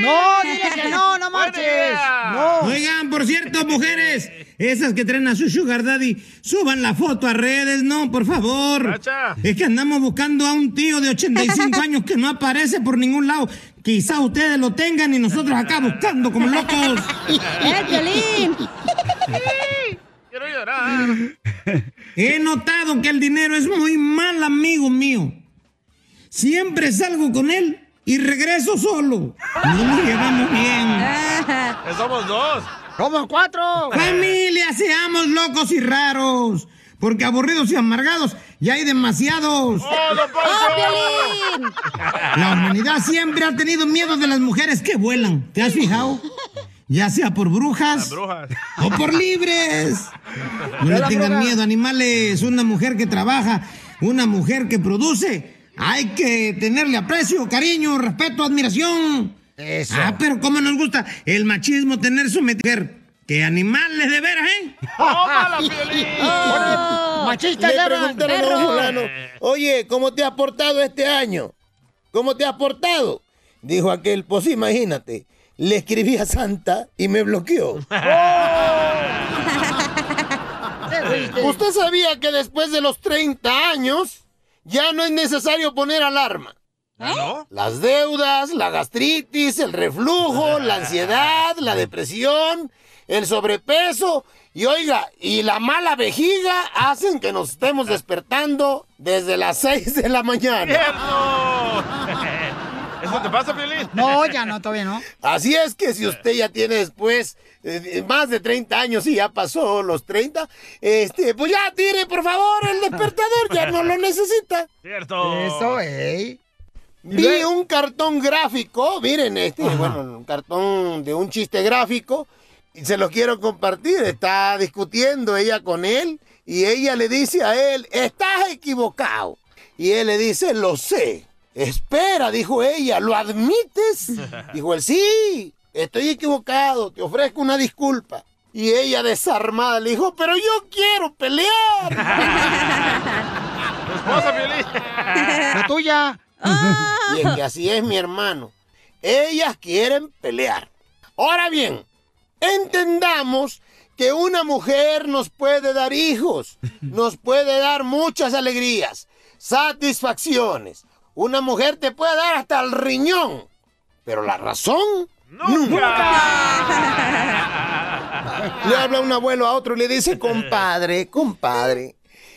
S3: No, dile que no, no marches. No.
S13: Oigan, por cierto, mujeres, esas que traen a su sugar daddy, suban la foto a redes, no, por favor. Es que andamos buscando a un tío de 85 años que no aparece por ningún lado. Quizá ustedes lo tengan y nosotros acá buscando como locos.
S17: El Piolín.
S4: Quiero llorar.
S13: He notado que el dinero es muy mal amigo mío. Siempre salgo con él y regreso solo. No nos llevamos bien.
S4: Eh, Somos dos.
S3: ¡Somos cuatro!
S13: ¡Familia, seamos locos y raros! Porque aburridos y amargados ya hay demasiados.
S12: ¡Oh,
S3: ¡Oh,
S13: La humanidad siempre ha tenido miedo de las mujeres que vuelan. ¿Te has fijado? ya sea por brujas, o por libres. No le tengan miedo, animales. Una mujer que trabaja, una mujer que produce, hay que tenerle aprecio, cariño, respeto, admiración. Eso. Ah, pero cómo nos gusta el machismo tener su mujer. ¡Qué animales de veras, eh!
S17: ¡Tómala, Piolín!
S3: Machista,
S12: ¡Oh! Le
S3: ladrón,
S12: preguntaron a un
S3: perro.
S12: fulano, oye, ¿cómo te has portado este año? ¿Cómo te has portado? Dijo aquel, pues imagínate, le escribí a Santa y me bloqueó. ¿Usted sabía que después de los 30 años ya no es necesario poner alarma? Las deudas, la gastritis, el reflujo, la ansiedad, la depresión, el sobrepeso y oiga, y la mala vejiga hacen que nos estemos despertando desde las 6 de la mañana.
S4: ¡Oh! ¿Eso te pasa, Piolín?
S3: No, ya no, todavía no.
S12: Así es que si usted ya tiene después eh, más de 30 años y ya pasó los 30, este, pues ya tire por favor el despertador, ya no lo necesita.
S4: Cierto.
S12: Eso, eh. Vi un cartón gráfico, miren este, bueno, un cartón de un chiste gráfico, y se lo quiero compartir. Está discutiendo ella con él, y ella le dice a él, estás equivocado. Y él le dice, lo sé. Espera, dijo ella, ¿lo admites? Dijo él, sí, estoy equivocado, te ofrezco una disculpa. Y ella desarmada le dijo, pero yo quiero pelear.
S3: La tuya.
S12: Y es que así es, mi hermano. Ellas quieren pelear. Ahora bien, entendamos que una mujer nos puede dar hijos, nos puede dar muchas alegrías, satisfacciones. Una mujer te puede dar hasta el riñón, pero la razón nunca. Le habla un abuelo a otro y le dice, compadre, compadre,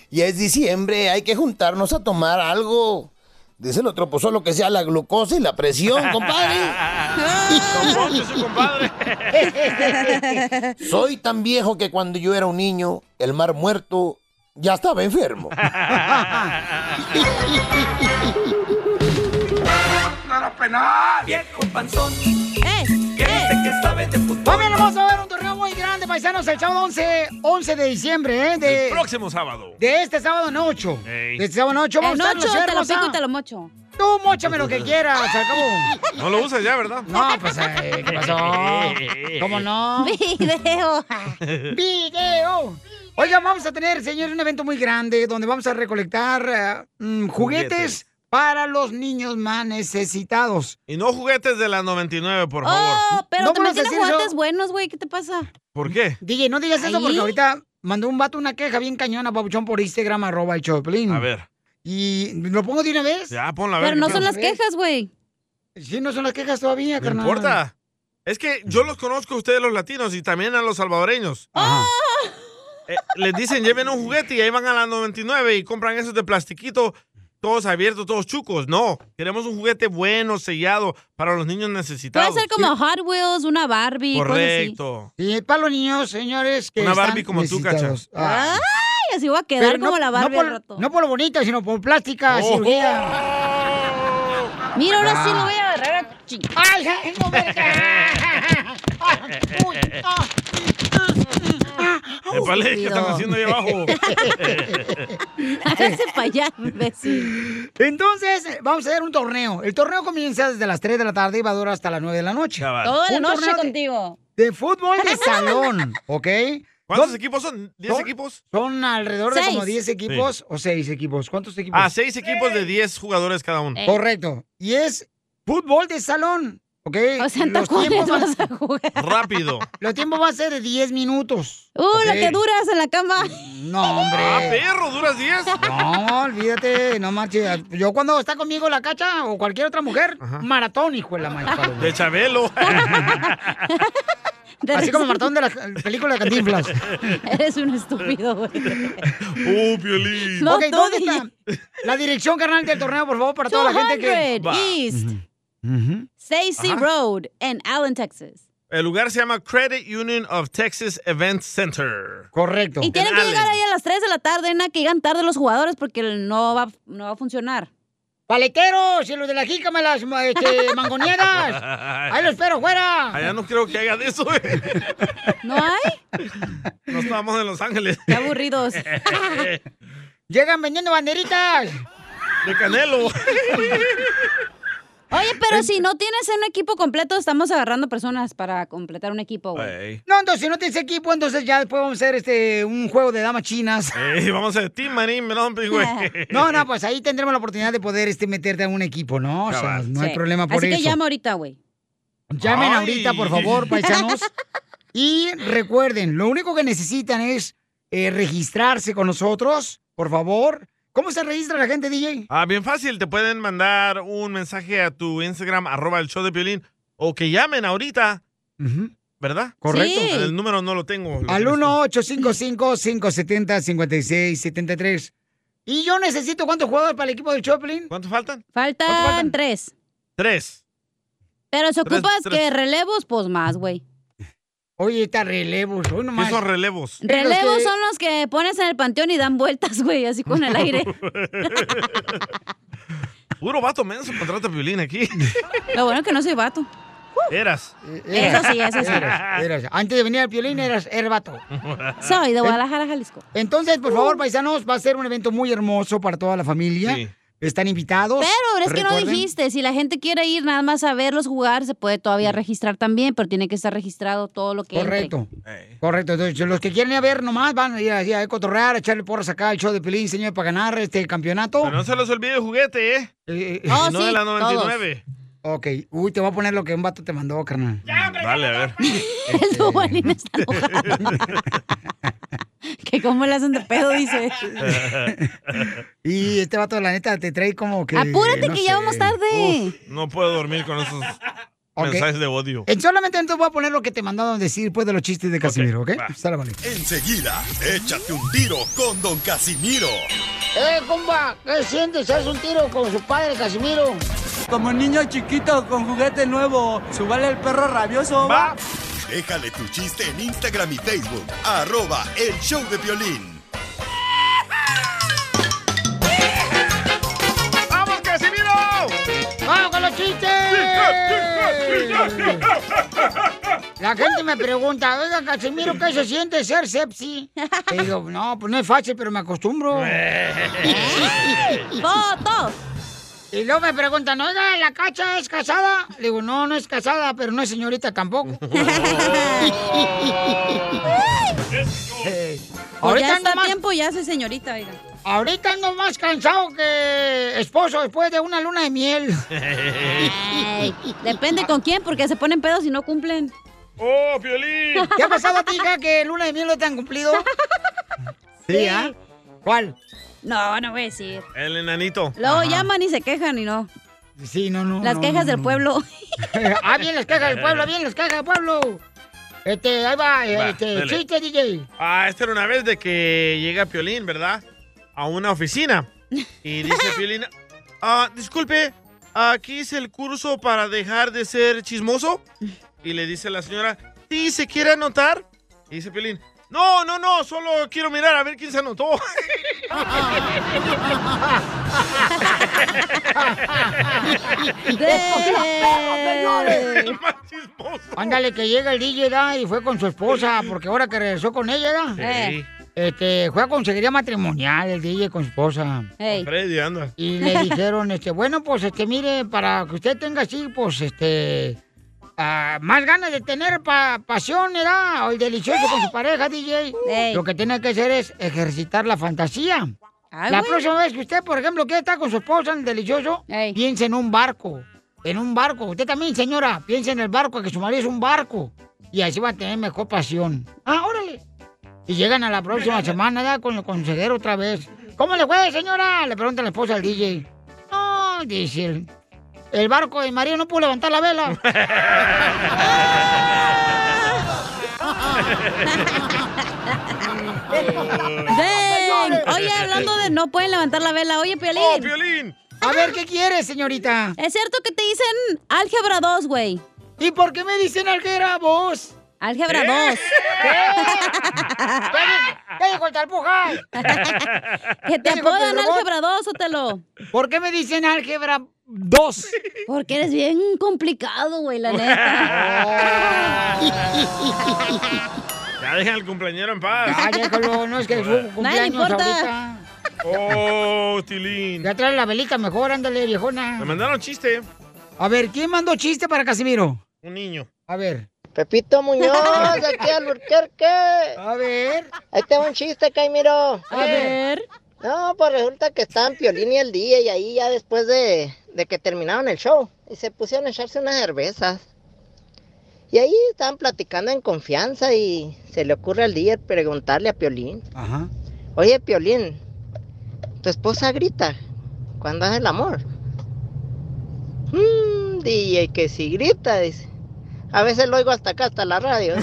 S12: ya es diciembre, hay que juntarnos a tomar algo. Dice el otro, pues solo que sea la glucosa y la presión, compadre. Soy tan viejo que cuando yo era un niño, el mar muerto ya estaba enfermo. Ah,
S17: ¡Viejo panzón!
S3: Familia, pues, vamos a ver un torneo muy grande, paisanos, el sábado 11, 11 de diciembre, ¿eh? De,
S4: El próximo sábado.
S3: de este sábado en 8.
S4: Ey.
S3: De este sábado en 8, vamos
S5: En
S3: a estar
S5: ocho
S3: Lucía
S5: te lo
S3: Hermosa.
S5: pico y te lo mocho.
S3: Tú mochame lo que quieras, al cabo.
S4: No lo usas ya, ¿verdad?
S3: No, pues, eh, ¿qué pasó? ¿Cómo no?
S5: Video.
S3: ¡Video! Oigan, vamos a tener, señores, un evento muy grande donde vamos a recolectar eh, mm, juguetes,
S4: Juguetes.
S3: para los niños más necesitados.
S4: Y no juguetes de la 99, por favor.
S5: Oh, pero
S3: No
S5: también
S3: vamos a
S5: tienes
S3: decir eso.
S5: juguetes buenos, güey. ¿Qué te pasa?
S4: ¿Por qué?
S3: DJ, no digas eso
S5: Ahí.
S3: porque ahorita mandó un vato una queja bien cañona, papuchón, por Instagram, arroba el Choplin. A
S4: ver.
S3: Y lo pongo de una vez.
S4: Ya, ponla a ver.
S5: Pero no
S4: ¿qué
S5: son
S4: pasa?
S5: las quejas, güey.
S3: Sí, no son las quejas todavía,
S4: No importa. Es que yo los conozco a ustedes los latinos y también a los salvadoreños.
S3: Oh,
S4: Eh, les dicen lleven un juguete y ahí van a la 99 y compran esos de plastiquito, todos abiertos, todos chucos. No, queremos un juguete bueno, sellado, para los niños
S5: Puede
S4: necesitados.
S5: ser como Hot Wheels, una Barbie, cosas
S4: Correcto.
S3: Y para los niños, señores, que
S4: Una
S3: están
S4: Barbie como tú, Cacha.
S3: necesitados. Ah.
S5: Ay, así voy a quedar
S3: Pero no-
S5: como la Barbie
S3: no por,
S5: al rato.
S3: no por lo bonito, sino por plástica,
S5: Oh.
S3: cirugía.
S5: Mira, ahora sí
S3: Ah.
S5: lo voy a agarrar a ching.
S3: ¡Ay, ay, no me Uy, ah,
S4: Épale, ¿qué están
S3: estúpido.
S4: haciendo ahí abajo?
S5: Hágase para allá, imbécil.
S3: Entonces, vamos a hacer un torneo. El torneo comienza desde las 3 de la tarde y va a durar hasta las 9 de la noche.
S5: Toda la
S3: Un
S5: noche
S3: torneo de-
S5: contigo.
S3: De fútbol de salón, ¿ok?
S4: ¿Cuántos
S3: Son-
S4: equipos son? ¿Diez
S3: son-
S4: equipos?
S3: Son alrededor de como
S4: Seis.
S3: 10 equipos
S4: Sí.
S3: o 6 equipos. ¿Cuántos equipos?
S4: Ah, seis equipos de 10 jugadores cada
S5: Eh.
S4: uno.
S3: Correcto. Y es fútbol de salón, ¿ok?
S5: O sea, en tacones
S3: van-
S5: vas a jugar.
S4: Rápido.
S3: los tiempos van a ser de 10 minutos.
S5: Uh, lo
S3: ¿ok?
S5: que duras en la cama.
S3: No,
S4: Ah,
S3: hombre.
S4: perro, duras 10.
S3: No, olvídate, no marches. Yo cuando está conmigo la cacha o cualquier otra mujer, maratón, hijo de la madre. paloma.
S4: De Chabelo.
S3: Así como maratón de la película de Cantinflas.
S5: Eres un estúpido, güey.
S4: Uh, Piolín.
S5: No,
S3: ok,
S5: tú,
S3: ¿dónde está la dirección, carnal, del torneo, por favor, para toda la gente que...
S5: 200 East Stacy
S4: Ajá.
S5: Road en Allen, Texas.
S4: El lugar se llama Credit Union of Texas Event Center.
S3: Correcto.
S5: Y tienen que llegar ahí a las 3 de la tarde, nada que llegan tarde los jugadores porque no va, no va a funcionar.
S3: ¡Paleteros! ¡Y los de la jícama, las ma- este, mangoneadas! ¡Ahí lo espero, fuera!
S4: Allá no creo que haga de eso, eh. güey.
S3: ¿No hay?
S4: No estábamos en Los Ángeles.
S3: Qué aburridos. Llegan vendiendo banderitas.
S4: De Canelo.
S5: Oye, pero si no tienes un equipo completo, estamos agarrando personas para completar un equipo, güey.
S3: No, entonces si no tienes equipo, entonces ya después vamos a hacer este un juego de damas chinas.
S4: Ey, Eh, vamos a Team Marín, me lo güey.
S3: No, no, pues ahí tendremos la oportunidad de poder este, meterte a un equipo, ¿no? O sea,
S4: Cabal.
S3: no hay
S5: Sí.
S3: problema por
S5: Así
S3: eso.
S5: que llama ahorita, güey.
S3: Llamen
S5: Ay.
S3: ahorita, por favor, paisanos. Y recuerden, lo único que necesitan es eh, registrarse con nosotros, por favor. ¿Cómo se registra la gente, DJ?
S4: Ah, bien fácil, te pueden mandar un mensaje a tu Instagram, arroba el show de Piolín, o que llamen ahorita, ¿verdad?
S3: Correcto. Sí.
S4: El número no lo tengo.
S3: Al 1-855-570-5673. Y yo necesito, ¿cuántos jugadores para el equipo del Choplin?
S4: ¿Cuántos faltan?
S5: Faltan, tres.
S4: Tres.
S5: Pero si
S4: Tres,
S5: ocupas
S4: tres.
S5: que relevos, pues más, güey.
S3: Oye, está relevos, hoy nomás.
S4: ¿Qué son relevos?
S5: Relevos
S3: que-
S5: son los que pones en el panteón y dan vueltas, güey, así con el aire.
S4: Puro vato menso contrata a Piolín aquí.
S5: Lo bueno es que no soy vato.
S4: Eras.
S5: Eh, Eso sí, eso sí.
S3: Eras, eras. Antes de venir al violín eras herbato.
S5: Soy
S4: Eh,
S5: de Guadalajara, Jalisco. Uh.
S3: Entonces, por favor, paisanos, va a ser un evento muy hermoso para toda la familia. Están invitados.
S5: Pero es que no
S3: Recuerden-
S5: dijiste, si la gente quiere ir nada más a verlos jugar, se puede todavía registrar también, pero tiene que estar registrado todo lo que entre.
S3: Correcto. Correcto. Entonces, los que quieren ir a ver nomás van a ir así a cotorrear, a echarle porras acá al show de Pelín, señor, para ganar este campeonato.
S4: Pero no se los olvide el juguete, ¿eh?
S3: Oh,
S4: no
S3: sí,
S4: de la 99.
S3: Ok. Uy, te voy a poner lo que un vato te mandó, carnal.
S4: Dale, a ver.
S5: El Dubalín está enojado. que cómo le hacen de pedo, dice.
S3: y este vato, la neta, te trae como que.
S5: Apúrate
S3: no
S5: que ya
S3: sé.
S5: vamos tarde.
S4: Uf, no puedo dormir con esos
S3: Ok.
S4: mensajes de odio.
S3: Eh, solamente entonces voy a poner lo que te mandaron decir después de los chistes de Casimiro, ¿ok? Sale, vale.
S7: Enseguida, échate un tiro con Don Casimiro.
S3: ¡Eh, compa! ¿Qué sientes? ¿Haz un tiro con su padre, Casimiro?
S1: Como niño chiquito con juguete nuevo, subale Oh, el perro rabioso, va.
S7: Déjale tu chiste en Instagram y Facebook, arroba el show de violín.
S4: ¡Vamos, Casimiro!
S3: ¡Vamos con los chistes! La gente me pregunta, oiga, Casimiro, ¿qué se siente ser sepsi? Le digo, no, pues no es fácil, pero me acostumbro.
S4: Eh.
S5: ¡Fotos!
S3: Y luego me preguntan, oiga, ¿la cacha es casada? Le digo, no, no es casada, pero no es señorita tampoco.
S1: Oh.
S3: Eh,
S5: Pues ya está
S3: nomás-
S5: tiempo, ya soy señorita, oiga.
S3: ahorita ando más cansado que esposo después de una luna de miel.
S5: Ay, depende con quién, porque se ponen pedos y no cumplen.
S4: ¡Oh, Piolín!
S3: ¿Qué ha pasado a ti, hija, que luna de miel no te han cumplido? Sí, ¿ah? ¿Cuál?
S5: No, no voy a decir.
S4: El enanito.
S5: Luego llaman y se quejan y no.
S3: Sí, no, no.
S5: Las
S3: no,
S5: quejas
S3: no,
S5: del
S3: no.
S5: pueblo.
S3: ah, bien las quejas del pueblo, bien las quejas del pueblo. Este, ahí va, eh,
S4: Va,
S3: este,
S4: dale.
S3: chiste, DJ.
S4: Ah, esta era una vez de que llega Piolín, ¿verdad? A una oficina. Y dice Piolín, ah, disculpe, ¿aquí es el curso para dejar de ser chismoso? Y le dice la señora, sí, ¿se quiere anotar? Y dice Piolín, no, no, no, solo quiero mirar a ver quién se anotó.
S3: Ándale, que llega el DJ, ¿da? Y fue con su esposa, porque ahora que regresó con ella, ¿da?
S4: Sí.
S3: Este, fue a conseguiría matrimonial el DJ con su esposa.
S4: Freddy, anda.
S3: Y le dijeron, este, bueno, pues, este, mire, para que usted tenga así, pues, este, ah, más ganas de tener pa- pasión, ¿verdad? O el delicioso con su pareja, DJ. Lo que tiene que hacer es ejercitar la fantasía. la
S17: güey.
S3: próxima vez que usted, por ejemplo, quiere estar con su esposa en el delicioso, piense en un barco. En un barco. Usted también, señora, piense en el barco, que su marido es un barco. Y así va a tener mejor pasión. Ah, órale. Y llegan a la próxima semana, ¿verdad? Con el consejero otra vez. ¿Cómo le fue, señora? Le pregunta la esposa al DJ. No, dice él. El barco de María no pudo levantar la vela.
S5: Ven. Oye, hablando de no pueden levantar la vela. Oye, Piolín.
S4: ¡Oh, Piolín!
S3: A ver, ¿qué quieres, señorita?
S5: Es cierto que te dicen álgebra 2, güey.
S3: ¿Y por qué me dicen álgebra 2?
S5: Álgebra
S17: ¿Eh?
S5: 2.
S3: ¡Cállate con talpuja!
S5: Que te apodan Álgebra 2, Otelo.
S3: ¿Por qué me dicen Álgebra 2?
S5: Porque eres bien complicado, güey, la neta.
S4: Ya deja al cumpleañero en paz.
S3: Ya, déjalo, no es que su cumpleaños ahorita.
S4: Oh, Tilín.
S3: Ya trae la velita mejor, ándale, viejona.
S4: Me mandaron chiste.
S3: A ver, ¿quién mandó chiste para Casimiro?
S4: Un niño.
S3: A ver.
S8: Pepito Muñoz, de aquí al Burquerque. A
S3: ver.
S8: Ahí te va un chiste, Caimiro.
S5: A ver.
S8: No, pues resulta que estaban Piolín y el día y ahí ya después de, de que terminaron el show. Y se pusieron a echarse unas cervezas. Y ahí estaban platicando en confianza y se le ocurre al día preguntarle a Piolín.
S3: Ajá.
S8: Oye, Piolín, tu esposa grita cuando hace el amor. Mmm, DJ, que si grita, dice. A veces lo oigo hasta acá, hasta la radio.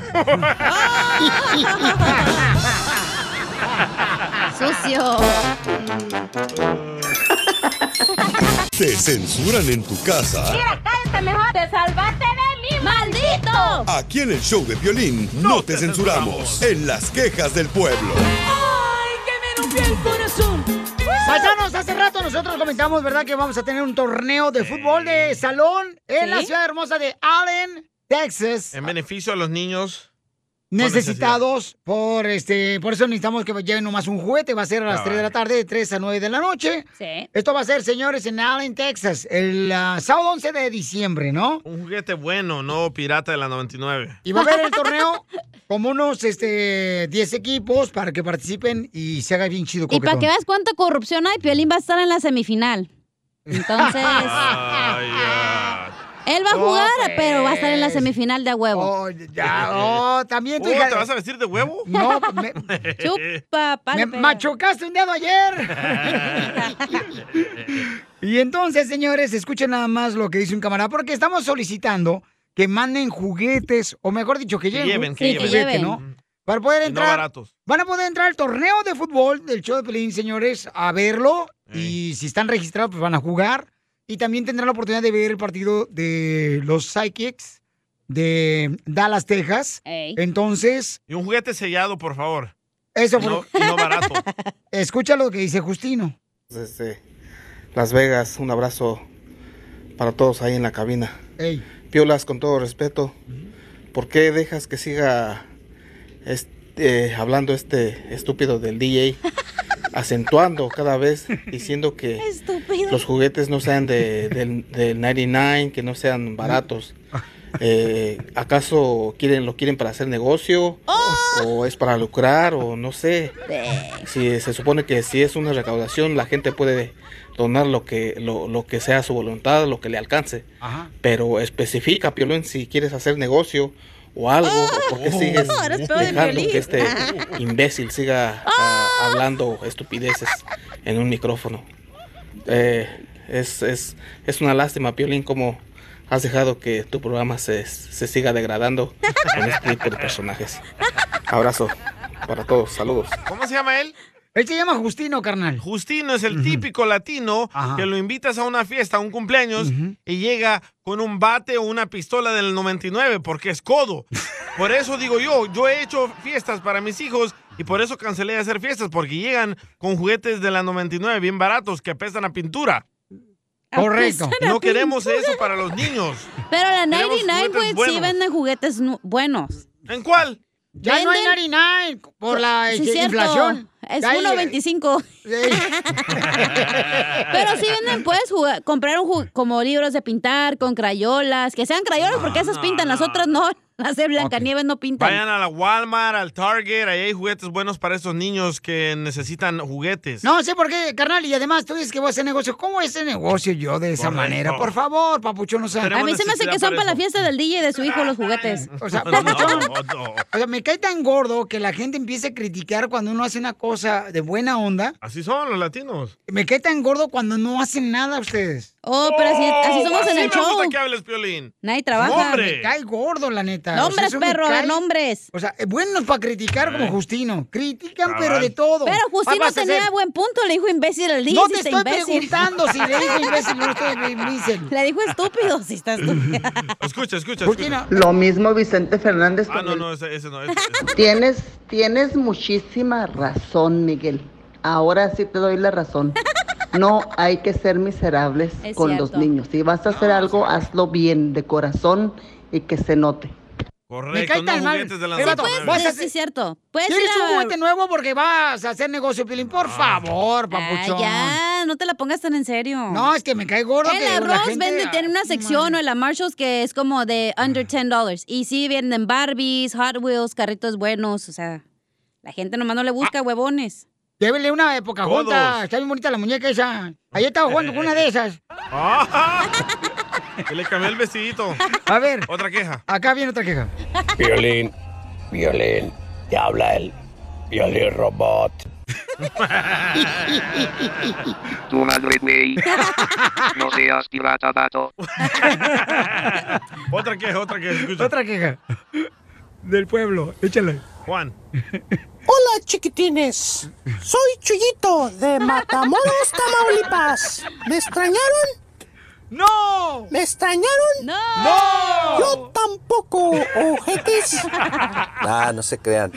S5: Sucio.
S7: Te censuran en tu casa.
S5: cállate mejor. Te salvaste de mí, maldito.
S7: Aquí en el show de violín no te censuramos. En las quejas del pueblo.
S3: ¡Ay, que me rompió el corazón! Paisanos, hace rato nosotros comentamos, ¿verdad? Que vamos a tener un torneo de fútbol de salón en
S4: Sí.
S3: la ciudad hermosa de Allen, Texas.
S4: En beneficio a los niños. con
S3: necesitados por este por eso necesitamos que lleven nomás un juguete va a ser a las
S4: Ah,
S3: 3 de la tarde de 3 a 9 de la noche esto va a ser señores en Allen Texas el ah, sábado 11 de diciembre no
S4: Un juguete bueno, no pirata de la 99.
S3: y va a haber el torneo como unos este 10 equipos para que participen y se haga bien chido
S5: Y para
S3: coquetón.
S5: que veas cuánta corrupción hay, Piolín va a estar en la semifinal. Entonces,
S4: Ay, ya.
S5: él va a
S4: No,
S5: jugar,
S4: pues.
S5: pero va a estar en la semifinal de a huevo.
S3: ya, oh, también tú,
S4: Oh,
S3: hija-
S4: ¿Te vas a vestir de huevo?
S3: No, me-
S5: Chupa,
S3: me machucaste un dedo ayer Y entonces, señores, escuchen nada más lo que dice un camarada, porque estamos solicitando que manden juguetes, o mejor dicho, que,
S4: Que
S3: lleven,
S4: lleven,
S3: un
S4: que lleven.
S3: juguete,
S4: lleven.
S3: ¿no? Para poder
S4: Y no
S3: entrar.
S4: baratos.
S3: Van a poder entrar al torneo de fútbol del show de Pelín, señores, a verlo. Y si están registrados, pues van a jugar. Y también tendrán la oportunidad de ver el partido de los Psychics de Dallas, Texas. Entonces,
S4: Y un juguete sellado, por favor.
S3: Eso,
S4: Y
S3: por-
S4: no, y no barato.
S3: escucha lo que dice Justino.
S9: Desde Las Vegas, un abrazo para todos ahí en la cabina.
S3: Ey.
S9: Piolas, con todo respeto, ¿por qué dejas que siga este, hablando este estúpido del DJ? acentuando cada vez, diciendo que los juguetes no sean de, del, del 99, que no sean baratos. Eh, ¿Acaso quieren, lo quieren para hacer negocio? ¿O es para lucrar? ¿O no sé? Si se supone que si es una recaudación, la gente puede donar lo que, lo, lo que sea su voluntad, lo que le alcance.
S3: Ajá.
S9: Pero especifica, Piolín, si quieres hacer negocio o algo, o por qué
S17: Oh.
S9: sigues
S17: No, eres peor de Oh.
S9: dejando
S17: Piolín.
S9: que este imbécil siga ah, hablando estupideces en un micrófono. Eh, es, es, es una lástima, Piolín, como has dejado que tu programa se, se siga degradando con este tipo de personajes. Abrazo para todos, saludos.
S4: ¿Cómo se llama él?
S3: Él se llama Justino, carnal.
S4: Justino es el típico latino que lo invitas a una fiesta, a un cumpleaños, y llega con un bate o una pistola del 99 porque es codo. Por eso digo yo, yo he hecho fiestas para mis hijos y por eso cancelé de hacer fiestas porque llegan con juguetes de la 99 bien baratos que apestan a pintura.
S5: Correcto. Apestan a
S4: No queremos
S5: pintura.
S4: eso para los niños.
S5: Pero la
S4: Queremos
S5: 99, güey,
S4: juguetes
S5: sí
S4: buenos.
S5: venden juguetes nu- buenos.
S4: ¿En cuál?
S3: Ya no hay 99 por la
S5: Sí,
S3: eh,
S5: cierto.
S3: inflación.
S5: Es
S3: Ya hay, eh,
S5: 1.25. Pero sí venden, puedes jugar- comprar un ju- como libros de pintar con crayolas, que sean crayolas porque esas pintan, las otras no. Las de Blancanieves no pintan.
S4: Vayan a la Walmart, al Target, ahí hay juguetes buenos para esos niños que necesitan juguetes.
S3: No sé por qué, carnal. Y además tú dices que voy a hacer negocio. ¿Cómo es el negocio yo de esa
S4: Correcto.
S3: manera? Por favor, papuchón, o sea.
S5: A mí se me hace que son para la fiesta del DJ de su hijo los juguetes.
S3: O sea, pues,
S5: No,
S3: papuchón, o sea, me cae tan gordo que la gente empiece a criticar cuando uno hace una cosa de buena onda.
S4: Así son los latinos.
S3: Me cae tan gordo cuando no hacen nada ustedes.
S5: Oh, pero así, así somos en el
S4: me
S5: show.
S4: gusta que hables, Piolín.
S5: Nadie trabaja.
S4: ¡Hombre!
S3: Me cae gordo, la neta.
S5: Nombres,
S3: eso me
S5: perro, a ver,
S3: cae-
S5: nombres.
S3: O sea, eh, buenos para criticar
S4: Eh.
S3: como Justino. Critican,
S5: Cabal.
S3: pero de todo.
S5: Pero Justino
S3: Vas a
S5: tenía
S3: hacer-
S5: buen punto, le dijo imbécil al DJ.
S3: No
S5: si
S3: te
S5: está
S3: estoy
S5: imbécil.
S3: preguntando si le dijo imbécil, no estoy imbécil.
S5: Le dijo estúpido, si está estúpido.
S4: Escucha, escucha. escucha.
S18: Lo mismo Vicente Fernández.
S4: Ah,
S18: con
S4: no,
S18: el-
S4: no, ese, ese no. ese- ese-
S18: Tienes, tienes muchísima razón, Miguel. Ahora sí te doy la razón. No hay que ser miserables
S5: Es
S18: con
S5: cierto.
S18: los niños. Si vas a hacer algo, hazlo bien, de corazón y que se note.
S3: Me cae
S4: Correcto, no
S3: tan mal.
S4: juguetes de
S3: Eh,
S4: las
S3: vato, vas a
S5: Sí, es cierto. Puedes
S3: ¿Quieres
S5: ir
S3: un
S5: a-
S3: juguete nuevo porque vas a hacer negocio, Pilín? Por favor,
S5: Ay,
S3: papuchón.
S5: Ah, ya, no te la pongas tan en serio.
S3: No, es que me cae gordo
S5: El
S3: que la
S5: arroz
S3: gente-
S5: vende, tiene una sección o en la Marshalls que es como de
S3: Ah.
S5: under $10. Y sí, venden Barbies, Hot Wheels, carritos buenos. O sea, la gente nomás no le
S3: Ah.
S5: busca huevones.
S3: Llévele una de Pocahontas.
S5: Todos.
S3: Está bien bonita la muñeca esa. Ayer estaba jugando con una de esas.
S4: ¡Ah! Que le cambió el vestidito.
S3: A ver.
S4: Otra queja.
S3: Acá viene otra queja.
S10: Violín, violín, te habla el violín robot.
S11: Tu madre, güey. No seas pirata, vato.
S4: Otra queja, otra queja. Escucha.
S3: Otra queja. Del pueblo. Échale.
S4: Juan.
S23: Hola chiquitines, soy Chuyito de Matamoros, Tamaulipas. ¿Me extrañaron?
S3: ¡No!
S23: ¿Me extrañaron? ¡No!
S3: ¡No!
S23: Yo tampoco, ojetes.
S24: Ah, no se crean.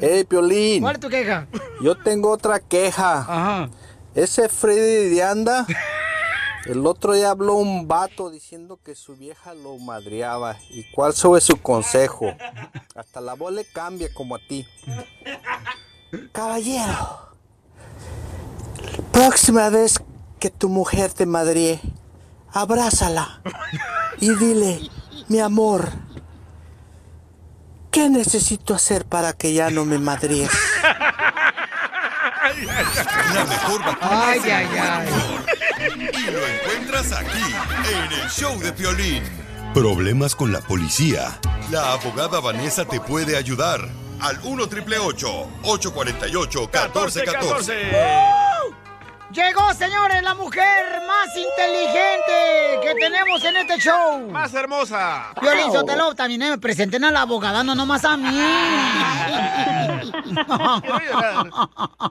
S24: ¡Ey, Piolín!
S3: ¿Cuál es tu queja?
S24: Yo tengo otra queja. Ese Freddy de Anda, el otro día habló un vato diciendo que su vieja lo madreaba. ¿Y cuál fue su consejo? Hasta la voz le cambia como a ti. Caballero, próxima vez que tu mujer te madrie, abrázala y dile, mi amor, ¿qué necesito hacer para que ya no me madries?
S7: La mejor vacuna
S24: Ay,
S7: es el
S24: ay,
S7: buen
S24: ay.
S7: humor. Y lo encuentras aquí, en el show de Piolín. Problemas con la policía. La abogada Vanessa te puede ayudar. Al 1 triple 848 1414.
S3: Llegó, señores, la mujer más inteligente que tenemos en este show.
S4: Más hermosa. Oh.
S3: Violín Sotelo, también eh, me presenten a la abogada, no nomás a mí.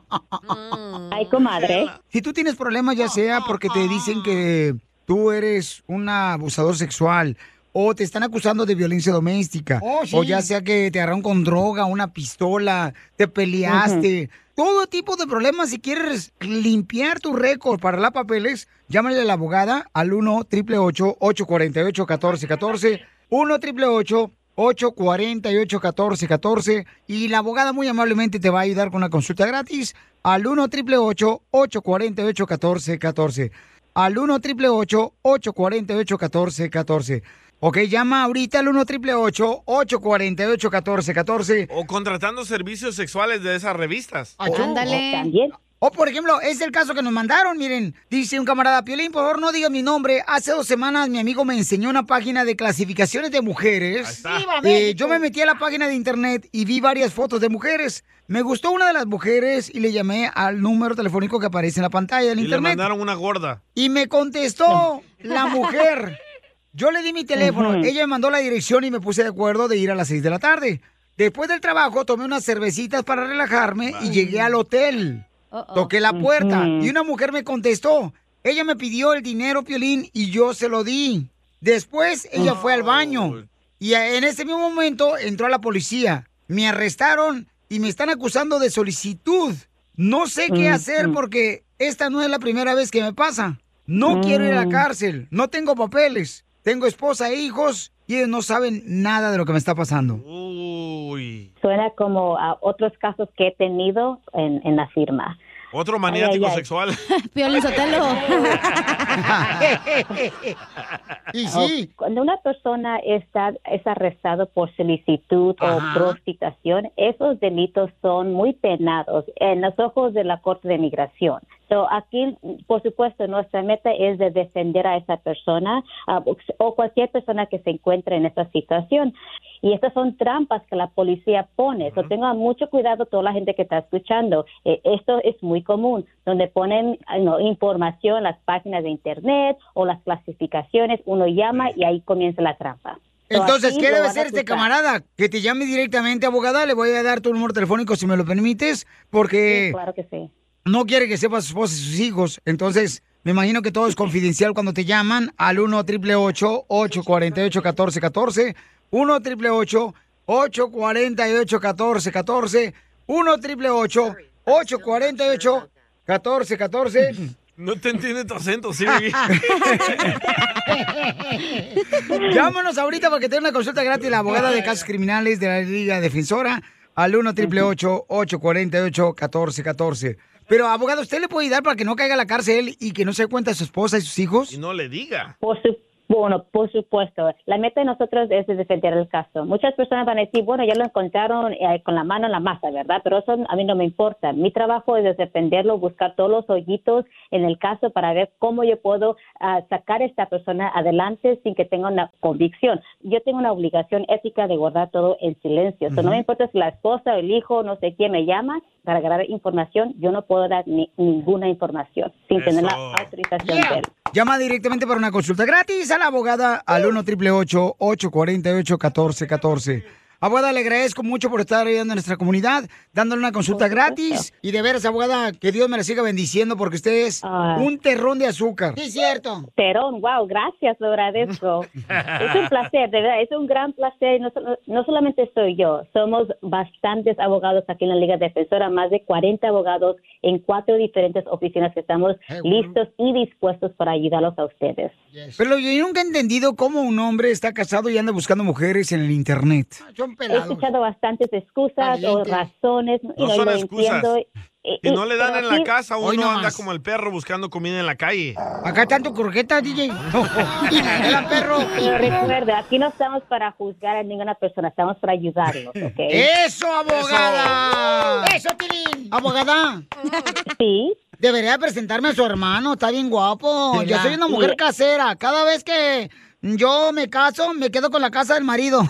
S25: Ay, comadre.
S3: Si tú tienes problemas, ya sea porque te dicen que tú eres un abusador sexual o te están acusando de violencia doméstica,
S25: Oh, sí.
S3: o ya sea que te agarraron con droga, una pistola, te peleaste, todo tipo de problemas, si quieres limpiar tu récord para la papeles, llámale a la abogada al 1 888 848 1414 1 888 848-1414 y la abogada muy amablemente te va a ayudar con una consulta gratis al 1 888 848 1414 Al 1 888 848 1414 Ok, llama ahorita al 1 888 848 1414
S4: O contratando servicios sexuales de esas revistas.
S3: Ah, O, por ejemplo, es el caso que nos mandaron, miren. Dice un camarada, Piolín, por favor no diga mi nombre. Hace dos semanas mi amigo me enseñó una página de clasificaciones de mujeres.
S17: Ahí está. ¡Viva
S3: Eh,
S17: México!
S3: yo me metí a la página de internet y vi varias fotos de mujeres. Me gustó una de las mujeres y le llamé al número telefónico que aparece en la pantalla del
S4: Y le
S3: internet.
S4: mandaron una gorda.
S3: Y me contestó la mujer. Yo le di mi teléfono,
S4: Ujú.
S3: ella me mandó la dirección y me puse de acuerdo de ir a las 6 de la tarde. Después del trabajo tomé unas cervecitas para relajarme y llegué al hotel. Toqué la puerta
S25: Ujú.
S3: y una mujer me contestó. Ella me pidió el dinero, Piolín, y yo se lo di. Después ella fue al baño y en ese mismo momento entró la policía. Me arrestaron y me están acusando de solicitud. No sé qué
S25: Ujú.
S3: hacer porque esta no es la primera vez que me pasa. No quiero ir a la
S25: Mm.
S3: cárcel, no tengo papeles, tengo esposa e hijos y ellos no saben nada de lo que me está pasando.
S25: Suena como a otros casos que he tenido en, en la firma.
S4: Otro maniático
S25: ay, ay.
S4: sexual.
S25: Piolín
S3: y
S25: sí. Cuando una persona está, es arrestado por solicitud
S26: Ajá.
S25: o prostitución, esos delitos son muy penados en los ojos de la Corte de Migración. So, aquí, por supuesto, nuestra meta es de defender a esa persona ah, o cualquier persona que se encuentre en esa situación. Y estas son trampas que la policía pone. So, tengan mucho cuidado toda la gente que está escuchando. Eh, esto es muy común, donde ponen ah, no, información en las páginas de Internet o las clasificaciones. Uno llama y ahí comienza la trampa. So,
S3: Entonces,
S25: así
S3: ¿qué
S25: lo
S3: debe
S25: van a
S3: hacer este
S25: asustar.
S3: camarada? Que te llame directamente, abogada. Le voy a dar tu número telefónico, si me lo permites, porque
S25: Sí, claro que sí.
S3: no quiere que sepa su esposa y sus hijos. Entonces, me imagino que todo es confidencial cuando te llaman al 1 888 848 1414 1 888 848 1414 1 888 848 1414
S4: No te entiende tu acento, sí, baby.
S3: Llámanos ahorita para que tenga una consulta gratis la abogada de casos criminales de la Liga Defensora al 1 848 1414 Pero, abogado, ¿usted le puede ayudar para que no caiga a la cárcel y que no se dé cuenta su esposa y sus hijos?
S4: No le diga.
S25: Por su- bueno, por supuesto. La meta de nosotros es de defender el caso. Muchas personas van a decir, bueno, ya lo encontraron eh, con la mano en la masa, ¿verdad? Pero eso a mí no me importa. Mi trabajo es defenderlo, buscar todos los hoyitos en el caso para ver cómo yo puedo ah, sacar a esta persona adelante sin que tenga una convicción. Yo tengo una obligación ética de guardar todo en silencio. So, no me
S23: Ujú.
S25: importa si la esposa, el hijo, no sé quién me llama para agarrar información. Yo no puedo dar ni- ninguna información sin tener la
S3: Eso.
S25: autorización de él.
S3: Llama directamente para una consulta gratis a la abogada al 1 888 848 1414 Abogada, le agradezco mucho por estar ayudando a nuestra comunidad, dándole una consulta gratis. Y de veras, abogada, que Dios me la siga bendiciendo porque usted es un terrón de azúcar. Sí, cierto.
S25: Terón, wow, gracias, lo agradezco. es un placer, de verdad, es un gran placer. No, solo- no solamente soy yo, somos bastantes abogados aquí en la Liga Defensora, más de 40 abogados en cuatro diferentes oficinas que estamos listos y dispuestos para ayudarlos a ustedes.
S3: Pero yo nunca he entendido cómo un hombre está casado y anda buscando mujeres en el internet.
S25: He escuchado bastantes excusas o razones. y
S4: No son
S25: lo
S4: excusas.
S25: entiendo. Y-
S4: Si no le dan
S25: pero
S4: en la
S25: sí-
S4: casa, uno anda como el perro buscando comida en la calle.
S3: Acá tanto corjeta, DJ. Era perro.
S25: Pero recuerda, aquí no estamos para juzgar a ninguna persona, estamos para ayudarlos, ¿ok?
S3: ¡Eso, abogada! ¡Eso, Tilín! Abogada.
S25: Sí.
S3: Debería presentarme a su hermano, está bien guapo. Yo
S25: ¿Verdad?
S3: soy una mujer
S25: Sí.
S3: casera. Cada vez que yo me caso, me quedo con la casa del marido.